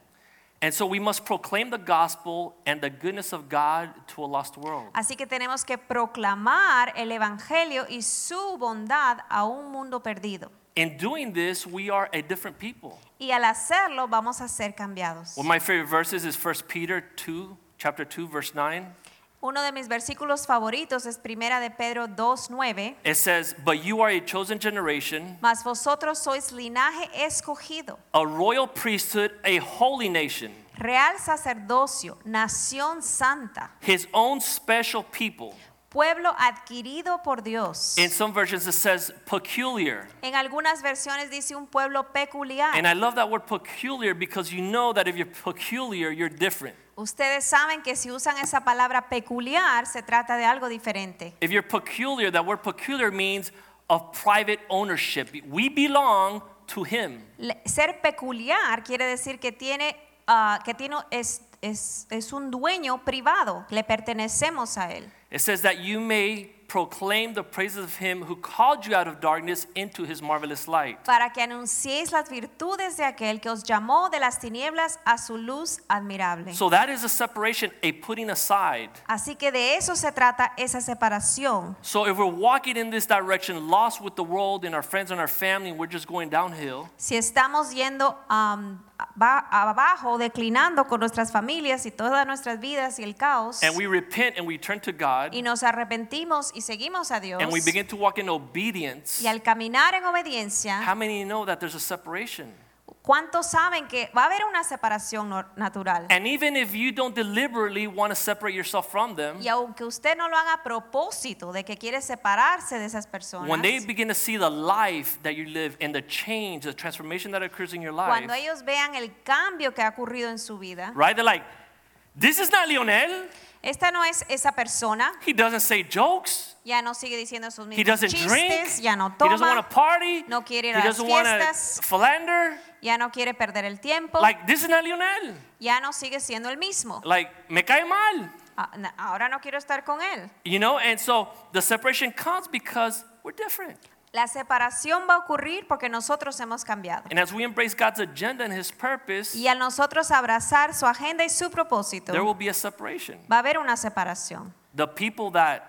Speaker 2: And so we must proclaim the gospel and the goodness of God to a lost world.
Speaker 3: Así que tenemos que proclamar el Evangelio y su bondad a un mundo perdido.
Speaker 2: In doing this, we are a different people.
Speaker 3: Y al hacerlo vamos a ser cambiados.
Speaker 2: One of my favorite verses is 1 Peter 2, chapter 2, verse 9.
Speaker 3: Uno de mis versículos favoritos es Primera de Pedro 2.9.
Speaker 2: It says, But you are a chosen generation,
Speaker 3: Mas vosotros sois linaje escogido,
Speaker 2: a royal priesthood, a holy nation,
Speaker 3: real sacerdocio, nación santa,
Speaker 2: his own special people.
Speaker 3: pueblo adquirido por Dios.
Speaker 2: In some versions, it says peculiar.
Speaker 3: En algunas versiones dice un pueblo
Speaker 2: And I
Speaker 3: peculiar.
Speaker 2: love that word peculiar because you know that if you're peculiar, you're different.
Speaker 3: Ustedes saben que si usan esa palabra peculiar se trata de algo diferente.
Speaker 2: If you're peculiar, that word peculiar means of private ownership. We belong to him.
Speaker 3: Le- Ser peculiar quiere decir que tiene, ah, que tiene es, es- es un dueño privado, le pertenecemos a él.
Speaker 2: It says that you may proclaim the praises of him who called you out of darkness into his marvelous light.
Speaker 3: para que anunciéis las virtudes de aquel que os llamó de las tinieblas a su luz admirable.
Speaker 2: So that is a separation, a putting aside.
Speaker 3: Así que de eso se trata esa separación.
Speaker 2: So if we're walking in this direction, lost with the world and our friends and our family, and we're just going downhill,
Speaker 3: Si estamos yendo am, aba- abajo, declinando con nuestras familias y todas nuestras vidas y el caos,
Speaker 2: and we repent and we turn to God,
Speaker 3: y nos arrepentimos y seguimos a Dios,
Speaker 2: and we begin to walk in obedience,
Speaker 3: y al caminar en
Speaker 2: how
Speaker 3: obediencia,
Speaker 2: many know that there's a separation?
Speaker 3: ¿cuántos saben que va a haber una separación nor- natural?
Speaker 2: And even if you don't deliberately want to separate yourself from them,
Speaker 3: Y aunque usted no lo haga a propósito de que quiere separarse de esas personas,
Speaker 2: when they begin to see the life that you live and the change, the transformation that occurs in your life,
Speaker 3: cuando ellos vean el cambio que ha ocurrido en su vida,
Speaker 2: right? They're like, this is not Lionel.
Speaker 3: esta no es esa persona,
Speaker 2: He doesn't say jokes.
Speaker 3: ya no sigue diciendo sus
Speaker 2: He
Speaker 3: mismos
Speaker 2: doesn't
Speaker 3: chistes,
Speaker 2: drink.
Speaker 3: ya no
Speaker 2: he doesn't
Speaker 3: toma,
Speaker 2: want to party.
Speaker 3: no quiere ir
Speaker 2: he
Speaker 3: a las
Speaker 2: doesn't want to
Speaker 3: fiestas.
Speaker 2: philander.
Speaker 3: ya no quiere perder el tiempo,
Speaker 2: Like, this is not Lionel.
Speaker 3: ya no sigue siendo el mismo.
Speaker 2: Like, me cae mal.
Speaker 3: Ah, na- Ahora no quiero estar con él.
Speaker 2: You know, and so the separation comes because we're different.
Speaker 3: La separación va a ocurrir porque nosotros hemos cambiado.
Speaker 2: And as we embrace God's agenda and His purpose,
Speaker 3: Y al nosotros abrazar su agenda y su propósito,
Speaker 2: there will be a separation.
Speaker 3: va a haber una separación.
Speaker 2: The people that,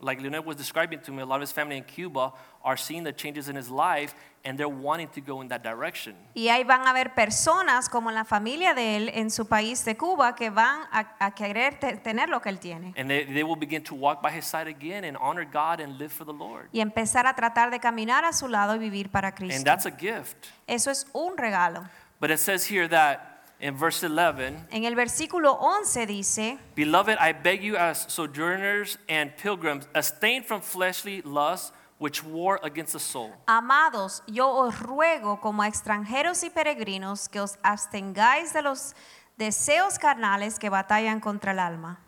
Speaker 2: like Lionel was describing to me, a lot of his family in Cuba are seeing the changes in his life and they're wanting to go in that direction.
Speaker 3: Y ahí van a haber personas como la familia de él en su país de Cuba que van a, a querer te- tener lo que él tiene
Speaker 2: And they, they will begin to walk by his side again and honor God and live for the Lord.
Speaker 3: y empezar a tratar de caminar a su lado y vivir para
Speaker 2: And
Speaker 3: Cristo.
Speaker 2: that's a gift.
Speaker 3: Eso es un regalo.
Speaker 2: But it says here that in verse 11,
Speaker 3: En el versículo 11 dice,
Speaker 2: Beloved, I beg you as sojourners and pilgrims, abstain from fleshly lusts which war against the soul.
Speaker 3: Amados, yo os ruego como a extranjeros y peregrinos que os abstengáis de los deseos carnales que batallan contra el alma,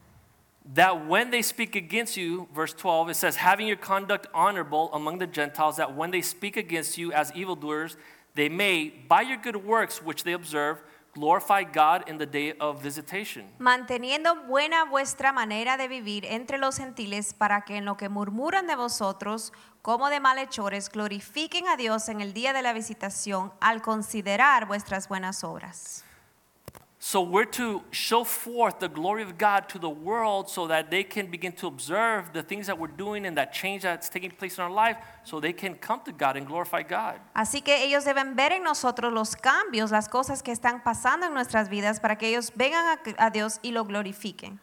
Speaker 2: That when they speak against you, verse 12, it says, having your conduct honorable among the Gentiles, that when they speak against you as evildoers, they may, by your good works which they observe, glorify God in the day of visitation.
Speaker 3: manteniendo buena vuestra manera de vivir entre los gentiles para que en lo que murmuran de vosotros como de malhechores glorifiquen a Dios en el día de la visitación al considerar vuestras buenas obras.
Speaker 2: So we're to show forth the glory of God to the world so that they can begin to observe the things that we're doing and that change that's taking place in our life so they can come to God and glorify God.
Speaker 3: Así que ellos deben ver en nosotros los cambios, las cosas que están pasando en nuestras vidas para que ellos vengan a- a Dios y lo glorifiquen.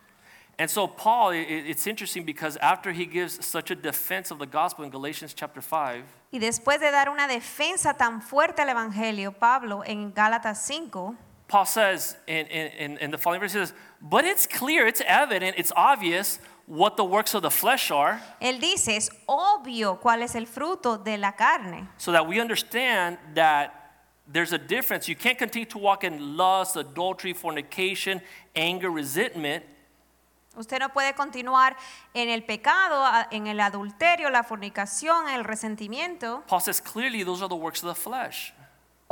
Speaker 2: And so Paul, i- i- it's interesting because after he gives such a defense of the gospel in Galatians chapter 5,
Speaker 3: Y después de dar una defensa tan fuerte al Evangelio, Pablo en Gálatas 5
Speaker 2: Paul says in, in, in- in the following verse, he says, But it's clear, it's evident, it's obvious what the works of the flesh are,
Speaker 3: Él dice, es obvio cuál es el fruto de la carne.
Speaker 2: so that we understand that there's a difference. You can't continue to walk in lust, adultery, fornication, anger, resentment,
Speaker 3: Usted no puede continuar en el pecado, a- en el adulterio, la fornicación, el resentimiento.
Speaker 2: Paul says clearly those are the works of the flesh.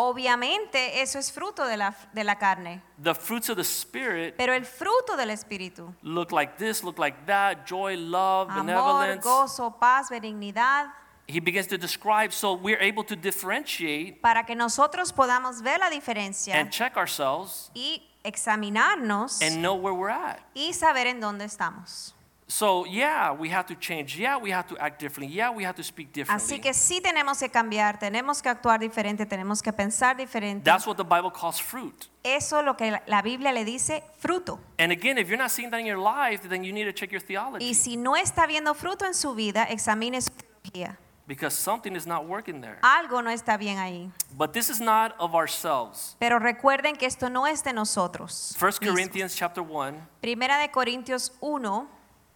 Speaker 3: Obviamente eso es fruto de la, de la carne,
Speaker 2: The fruits of the Spirit
Speaker 3: pero el fruto del Espíritu,
Speaker 2: look like this, look like that joy, love,
Speaker 3: amor,
Speaker 2: benevolence.
Speaker 3: gozo, paz, benignidad,
Speaker 2: He begins to describe so we're able to differentiate
Speaker 3: para que nosotros podamos ver la diferencia
Speaker 2: and check ourselves
Speaker 3: y examinarnos
Speaker 2: and know where we're at.
Speaker 3: y saber en dónde estamos.
Speaker 2: So, yeah, we have to change. Yeah, we have to act differently. Yeah, we have to speak
Speaker 3: Así
Speaker 2: differently.
Speaker 3: que sí tenemos que cambiar, tenemos que actuar diferente, tenemos que pensar diferente.
Speaker 2: That's what the Bible calls fruit.
Speaker 3: Eso es lo que la- la Biblia le dice fruto.
Speaker 2: And again, if you're not seeing that in your life, then you need to check your theology
Speaker 3: Y si no está viendo fruto en su vida, examine su teología.
Speaker 2: because something is not working there.
Speaker 3: Algo no está bien ahí.
Speaker 2: But this is not of ourselves.
Speaker 3: Pero recuerden que esto no es de nosotros.
Speaker 2: 1
Speaker 3: mismos.
Speaker 2: Corinthians chapter 1,
Speaker 3: Primera de Corintios 1,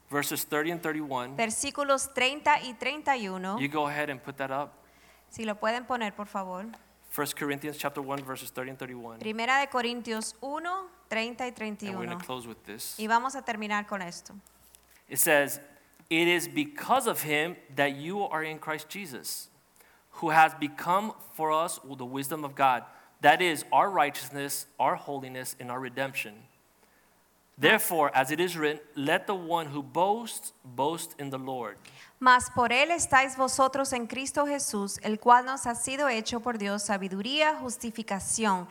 Speaker 2: verses 30 and 31.
Speaker 3: versículos 30 y 31.
Speaker 2: You go ahead and put that up.
Speaker 3: Si lo pueden poner, por favor.
Speaker 2: 1 Corinthians chapter 1 verses 30 and 31.
Speaker 3: Primera de Corintios 1, 30 y
Speaker 2: And we're
Speaker 3: 31.
Speaker 2: going to close with this.
Speaker 3: Y vamos a terminar con esto.
Speaker 2: It says, "It is because of him that you are in Christ Jesus, who has become for us the wisdom of God. That is our righteousness, our holiness, and our redemption." Therefore, as it is written, let the one who boasts boast in the Lord.
Speaker 3: Mas por él estáis vosotros en Cristo Jesús, el cual nos ha sido hecho por Dios sabiduría, justificación,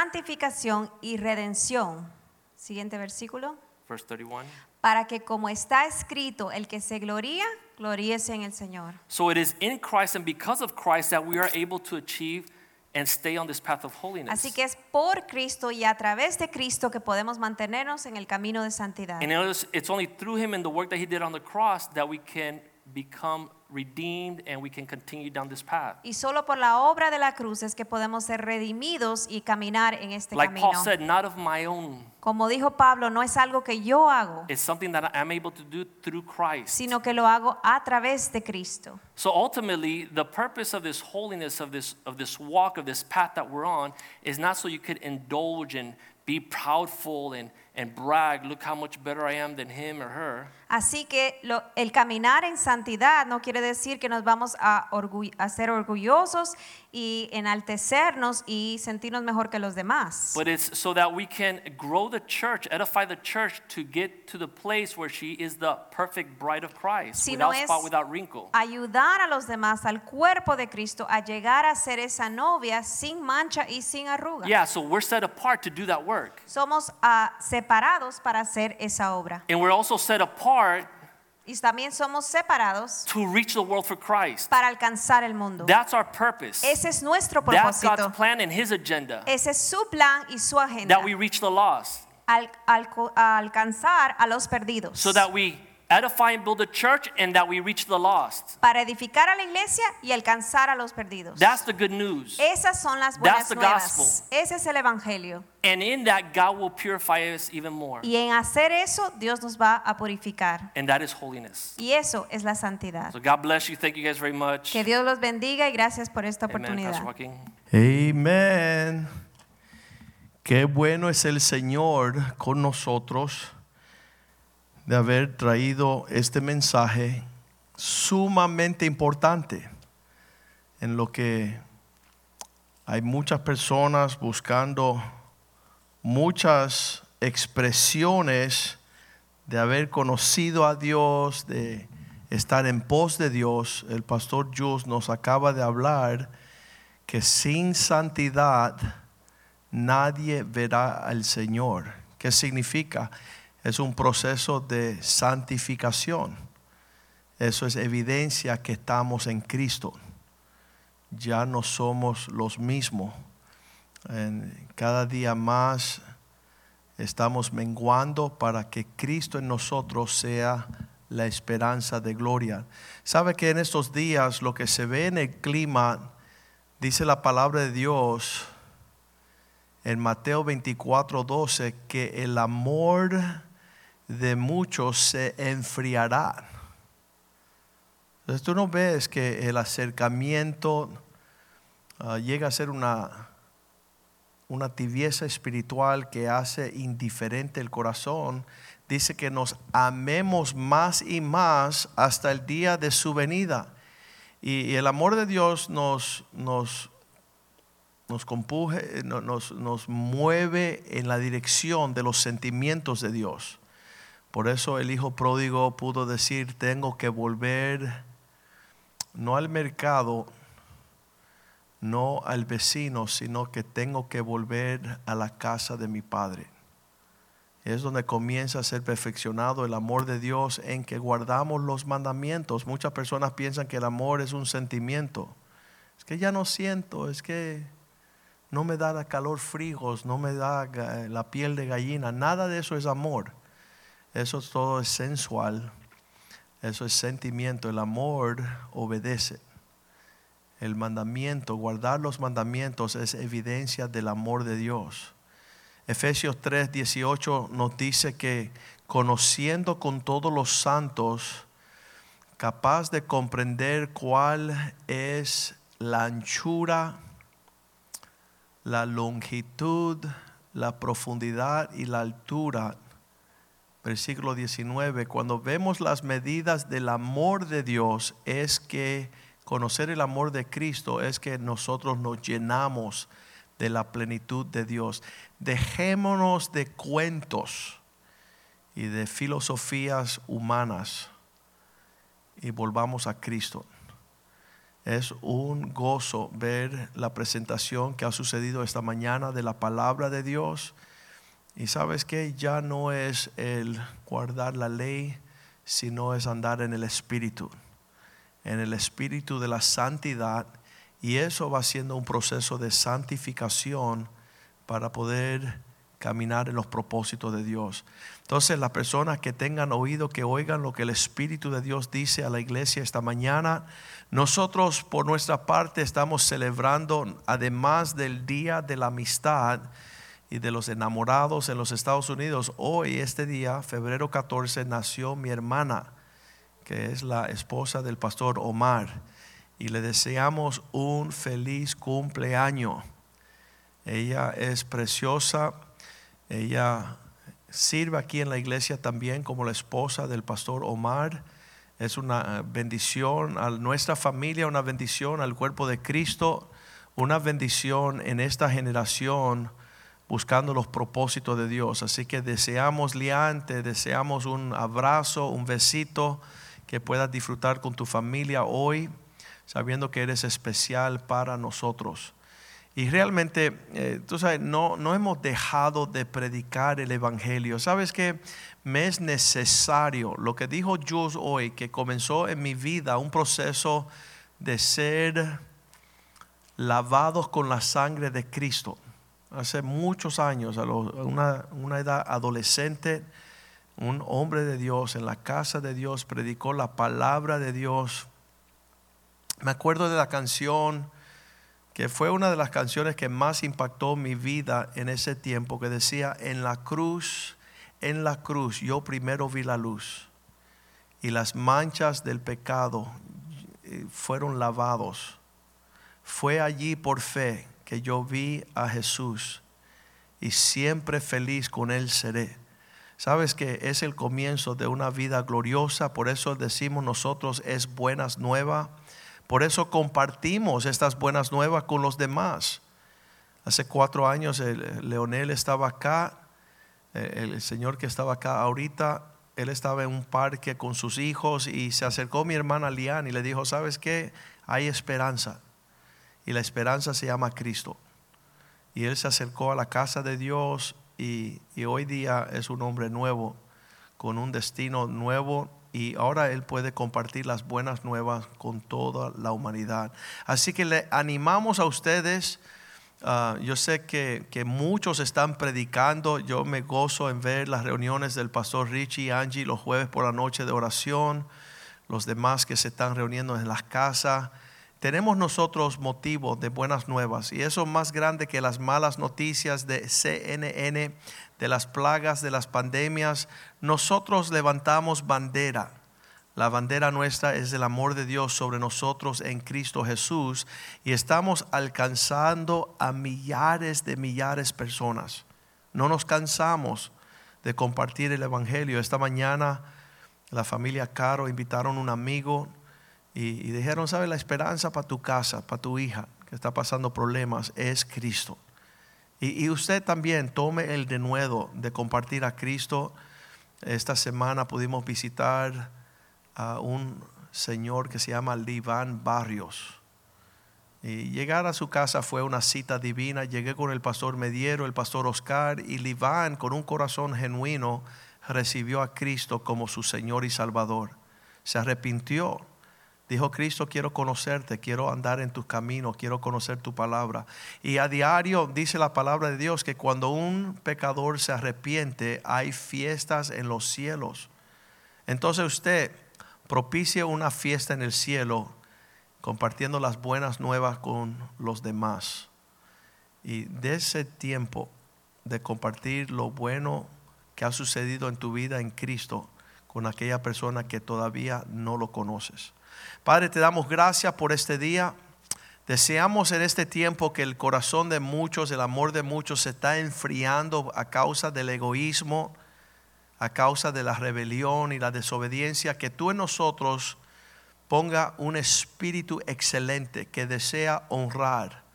Speaker 3: santificación y redención. Siguiente versículo.
Speaker 2: Verse 31.
Speaker 3: Para que como está escrito, el que se gloría, gloríese en el Señor.
Speaker 2: So it is in Christ and because of Christ that we are able to achieve and stay on this path of holiness.
Speaker 3: Así que es por Cristo y a través de Cristo que podemos mantenernos en el camino de santidad.
Speaker 2: And it was- it's only through him and the work that he did on the cross that we can become redeemed and we can continue down this path.
Speaker 3: Y solo por la obra de la cruz es que podemos ser redimidos y caminar en este
Speaker 2: Like
Speaker 3: camino.
Speaker 2: Paul said, not of my own.
Speaker 3: Como dijo Pablo, no es algo que yo hago,
Speaker 2: It's something that I'm able to do through Christ.
Speaker 3: sino que lo hago a través de Cristo.
Speaker 2: So ultimately, the purpose of this holiness, of this, of this walk, of this path that we're on, is not so you could indulge and be proudful and, and brag, look how much better I am than him or her.
Speaker 3: Así que lo- el caminar en santidad no quiere decir que nos vamos a, orgu- a ser orgullosos y enaltecernos y sentirnos mejor que los demás.
Speaker 2: But it's so that we can grow the church, edify the church to get to the place where she is the perfect bride of Christ,
Speaker 3: Si
Speaker 2: without
Speaker 3: no es-
Speaker 2: spot, without wrinkle.
Speaker 3: Ayudar a los demás, al cuerpo de Cristo, a llegar a ser esa novia sin mancha y sin arruga.
Speaker 2: Yeah, so we're set apart to do that work.
Speaker 3: Somos ah, separados para hacer esa obra.
Speaker 2: And we're also set apart
Speaker 3: Y también somos separados
Speaker 2: to reach the world for Christ.
Speaker 3: para alcanzar el mundo.
Speaker 2: That's our purpose.
Speaker 3: Ese es nuestro
Speaker 2: That's God's
Speaker 3: propósito.
Speaker 2: plan and his agenda.
Speaker 3: Ese es su plan y su agenda.
Speaker 2: that we reach the lost,
Speaker 3: Al- alco- a alcanzar a los perdidos.
Speaker 2: so that we edify and build the church and that we reach the lost.
Speaker 3: para edificar a la iglesia y alcanzar a los perdidos.
Speaker 2: That's the good news.
Speaker 3: Esas son las buenas
Speaker 2: That's the
Speaker 3: nuevas.
Speaker 2: gospel.
Speaker 3: Ese es el evangelio.
Speaker 2: And in that, God will purify us even more.
Speaker 3: Y en hacer eso, Dios nos va a purificar.
Speaker 2: And that is holiness.
Speaker 3: Y eso es la santidad.
Speaker 2: So God bless you. Thank you guys very much.
Speaker 3: Que Dios los bendiga y gracias por esta
Speaker 2: Amen,
Speaker 3: oportunidad.
Speaker 2: Pastor Joaquin.
Speaker 4: Amén. Qué bueno es el Señor con nosotros de haber traído este mensaje sumamente importante en lo que hay muchas personas buscando muchas expresiones de haber conocido a Dios, de estar en pos de Dios. El pastor Jules nos acaba de hablar que sin santidad nadie verá al Señor. ¿Qué significa? Es un proceso de santificación. Eso es evidencia que estamos en Cristo. Ya no somos los mismos. En- Cada día más estamos menguando para que Cristo en nosotros sea la esperanza de gloria. Sabe que en estos días lo que se ve en el clima Dice la palabra de Dios en Mateo 24, 12 que el amor de muchos se enfriará. Entonces tú no ves que el acercamiento ah, llega a ser una, una tibieza espiritual que hace indiferente el corazón. Dice que nos amemos más y más hasta el día de su venida. Y, y el amor de Dios nos, nos, nos compuje, eh, no- nos, nos mueve en la dirección de los sentimientos de Dios. Por eso el hijo pródigo pudo decir, tengo que volver no al mercado, no al vecino, sino que tengo que volver a la casa de mi padre. Es donde comienza a ser perfeccionado el amor de Dios en que guardamos los mandamientos. Muchas personas piensan que el amor es un sentimiento. Es que ya no siento, es que no me da la calor fríos, no me da ga- la piel de gallina. Nada de eso es amor. Eso es todo es sensual. Eso es sentimiento. El amor obedece. El mandamiento, guardar los mandamientos es evidencia del amor de Dios. Efesios 3, 18 nos dice que conociendo con todos los santos, capaz de comprender cuál es la anchura, la longitud, la profundidad y la altura. Versículo 19, cuando vemos las medidas del amor de Dios, es que conocer el amor de Cristo es que nosotros nos llenamos de la plenitud de Dios. Dejémonos de cuentos y de filosofías humanas y volvamos a Cristo. Es un gozo ver la presentación que ha sucedido esta mañana de la palabra de Dios. Y sabes que ya no es el guardar la ley, sino es andar en el Espíritu, en el Espíritu de la santidad. Y eso va siendo un proceso de santificación para poder caminar en los propósitos de Dios. Entonces las personas que tengan oído, que oigan lo que el Espíritu de Dios dice a la iglesia esta mañana, nosotros por nuestra parte estamos celebrando, además del Día de la Amistad y de los enamorados en los Estados Unidos, hoy, este día, febrero 14, nació mi hermana, que es la esposa del pastor Omar, y le deseamos un feliz cumpleaños. Ella es preciosa. Ella sirve aquí en la iglesia también como la esposa del pastor Omar. Es una bendición a nuestra familia, una bendición al cuerpo de Cristo, una bendición en esta generación buscando los propósitos de Dios. Así que deseamos, Liante, deseamos un abrazo, un besito que puedas disfrutar con tu familia hoy, sabiendo que eres especial para nosotros. Y realmente, eh, tú sabes, no, no hemos dejado de predicar el Evangelio. ¿Sabes que Me es necesario, lo que dijo Jules hoy, que comenzó en mi vida un proceso de ser lavados con la sangre de Cristo. Hace muchos años, a, lo- a una, una edad adolescente, un hombre de Dios en la casa de Dios predicó la palabra de Dios. Me acuerdo de la canción que fue una de las canciones que más impactó mi vida en ese tiempo, que decía, en la cruz, en la cruz, yo primero vi la luz y las manchas del pecado eh, fueron lavados. Fue allí por fe que yo vi a Jesús y siempre feliz con Él seré. Sabes que es el comienzo de una vida gloriosa, por eso decimos nosotros es buenas nuevas, por eso compartimos estas buenas nuevas con los demás. Hace cuatro años el- eh, Leonel estaba acá, eh, el señor que estaba acá ahorita, él estaba en un parque con sus hijos y se acercó mi hermana Lian y le dijo, ¿sabes qué? Hay esperanza y la esperanza se llama Cristo. Y él se acercó a la casa de Dios y, y hoy día es un hombre nuevo, con un destino nuevo y ahora él puede compartir las buenas nuevas con toda la humanidad. Así que le animamos a ustedes. ah, yo sé que, que muchos están predicando. Yo me gozo en ver las reuniones del pastor Richie y Angie los jueves por la noche de oración los demás que se están reuniendo en las casas. Tenemos nosotros motivos de buenas nuevas y eso es más grande que las malas noticias de CNN, de las plagas, de las pandemias. Nosotros levantamos bandera. La bandera nuestra es el amor de Dios sobre nosotros en Cristo Jesús y estamos alcanzando a millares de millares de personas. No nos cansamos de compartir el Evangelio. Esta mañana la familia Caro invitaron un amigo y, y dijeron, ¿sabes? La esperanza para tu casa, para tu hija que está pasando problemas es Cristo. Y, y usted también tome el denuedo de compartir a Cristo. Esta semana pudimos visitar a un señor que se llama Liván Barrios. Y llegar a su casa fue una cita divina. Llegué con el pastor Mediero, el pastor Oscar y Liván con un corazón genuino recibió a Cristo como su Señor y Salvador. Se arrepintió. Dijo, Cristo, quiero conocerte, quiero andar en tus caminos, quiero conocer tu palabra. Y a diario dice la palabra de Dios que cuando un pecador se arrepiente, hay fiestas en los cielos. Entonces usted propicie una fiesta en el cielo compartiendo las buenas nuevas con los demás. Y de ese tiempo de compartir lo bueno que ha sucedido en tu vida en Cristo con aquella persona que todavía no lo conoces. Padre, te damos gracias por este día. Deseamos en este tiempo que el corazón de muchos, el amor de muchos se está enfriando a causa del egoísmo, a causa de la rebelión y la desobediencia, que tú en nosotros ponga un espíritu excelente que desea honrar, que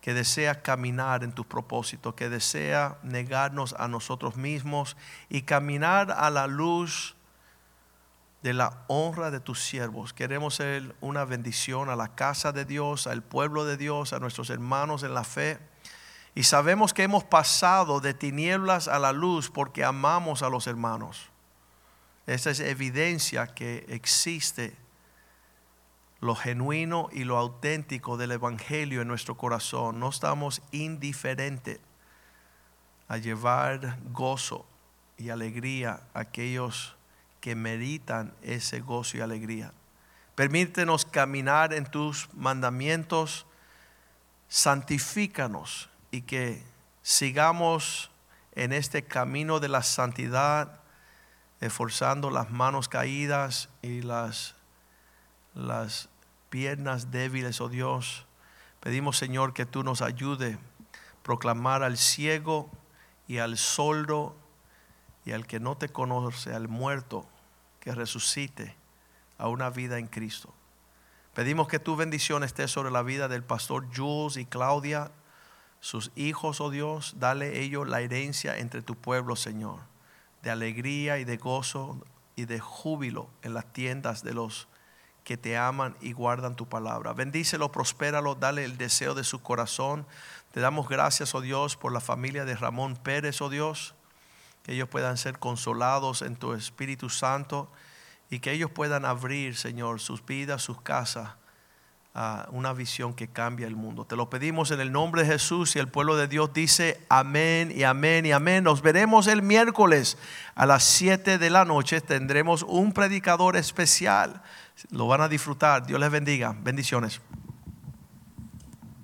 Speaker 4: que desea caminar en tus propósitos, que desea negarnos a nosotros mismos y caminar a la luz de la honra de tus siervos. Queremos ser una bendición a la casa de Dios, al pueblo de Dios, a nuestros hermanos en la fe. Y sabemos que hemos pasado de tinieblas a la luz porque amamos a los hermanos. Esa es evidencia que existe lo genuino y lo auténtico del Evangelio en nuestro corazón. No estamos indiferentes a llevar gozo y alegría a aquellos que meritan ese gozo y alegría. Permítenos caminar en tus mandamientos, santifícanos y que sigamos en este camino de la santidad, esforzando las manos caídas y las las piernas débiles, oh Dios. Pedimos, Señor, que tú nos ayude a proclamar al ciego y al soldo y al que no te conoce, al muerto, que resucite a una vida en Cristo. Pedimos que tu bendición esté sobre la vida del pastor Jules y Claudia, sus hijos, oh Dios. Dale ellos la herencia entre tu pueblo, Señor, de alegría y de gozo y de júbilo en las tiendas de los que te aman y guardan tu palabra. Bendícelo, prospéralo, dale el deseo de su corazón. Te damos gracias, oh Dios, por la familia de Ramón Pérez, oh Dios, que ellos puedan ser consolados en tu Espíritu Santo y que ellos puedan abrir, Señor, sus vidas, sus casas a una visión que cambia el mundo. Te lo pedimos en el nombre de Jesús y el pueblo de Dios dice amén y amén y amén. Nos veremos el miércoles a las 7 de la noche. Tendremos un predicador especial lo van a disfrutar. Dios les bendiga. Bendiciones.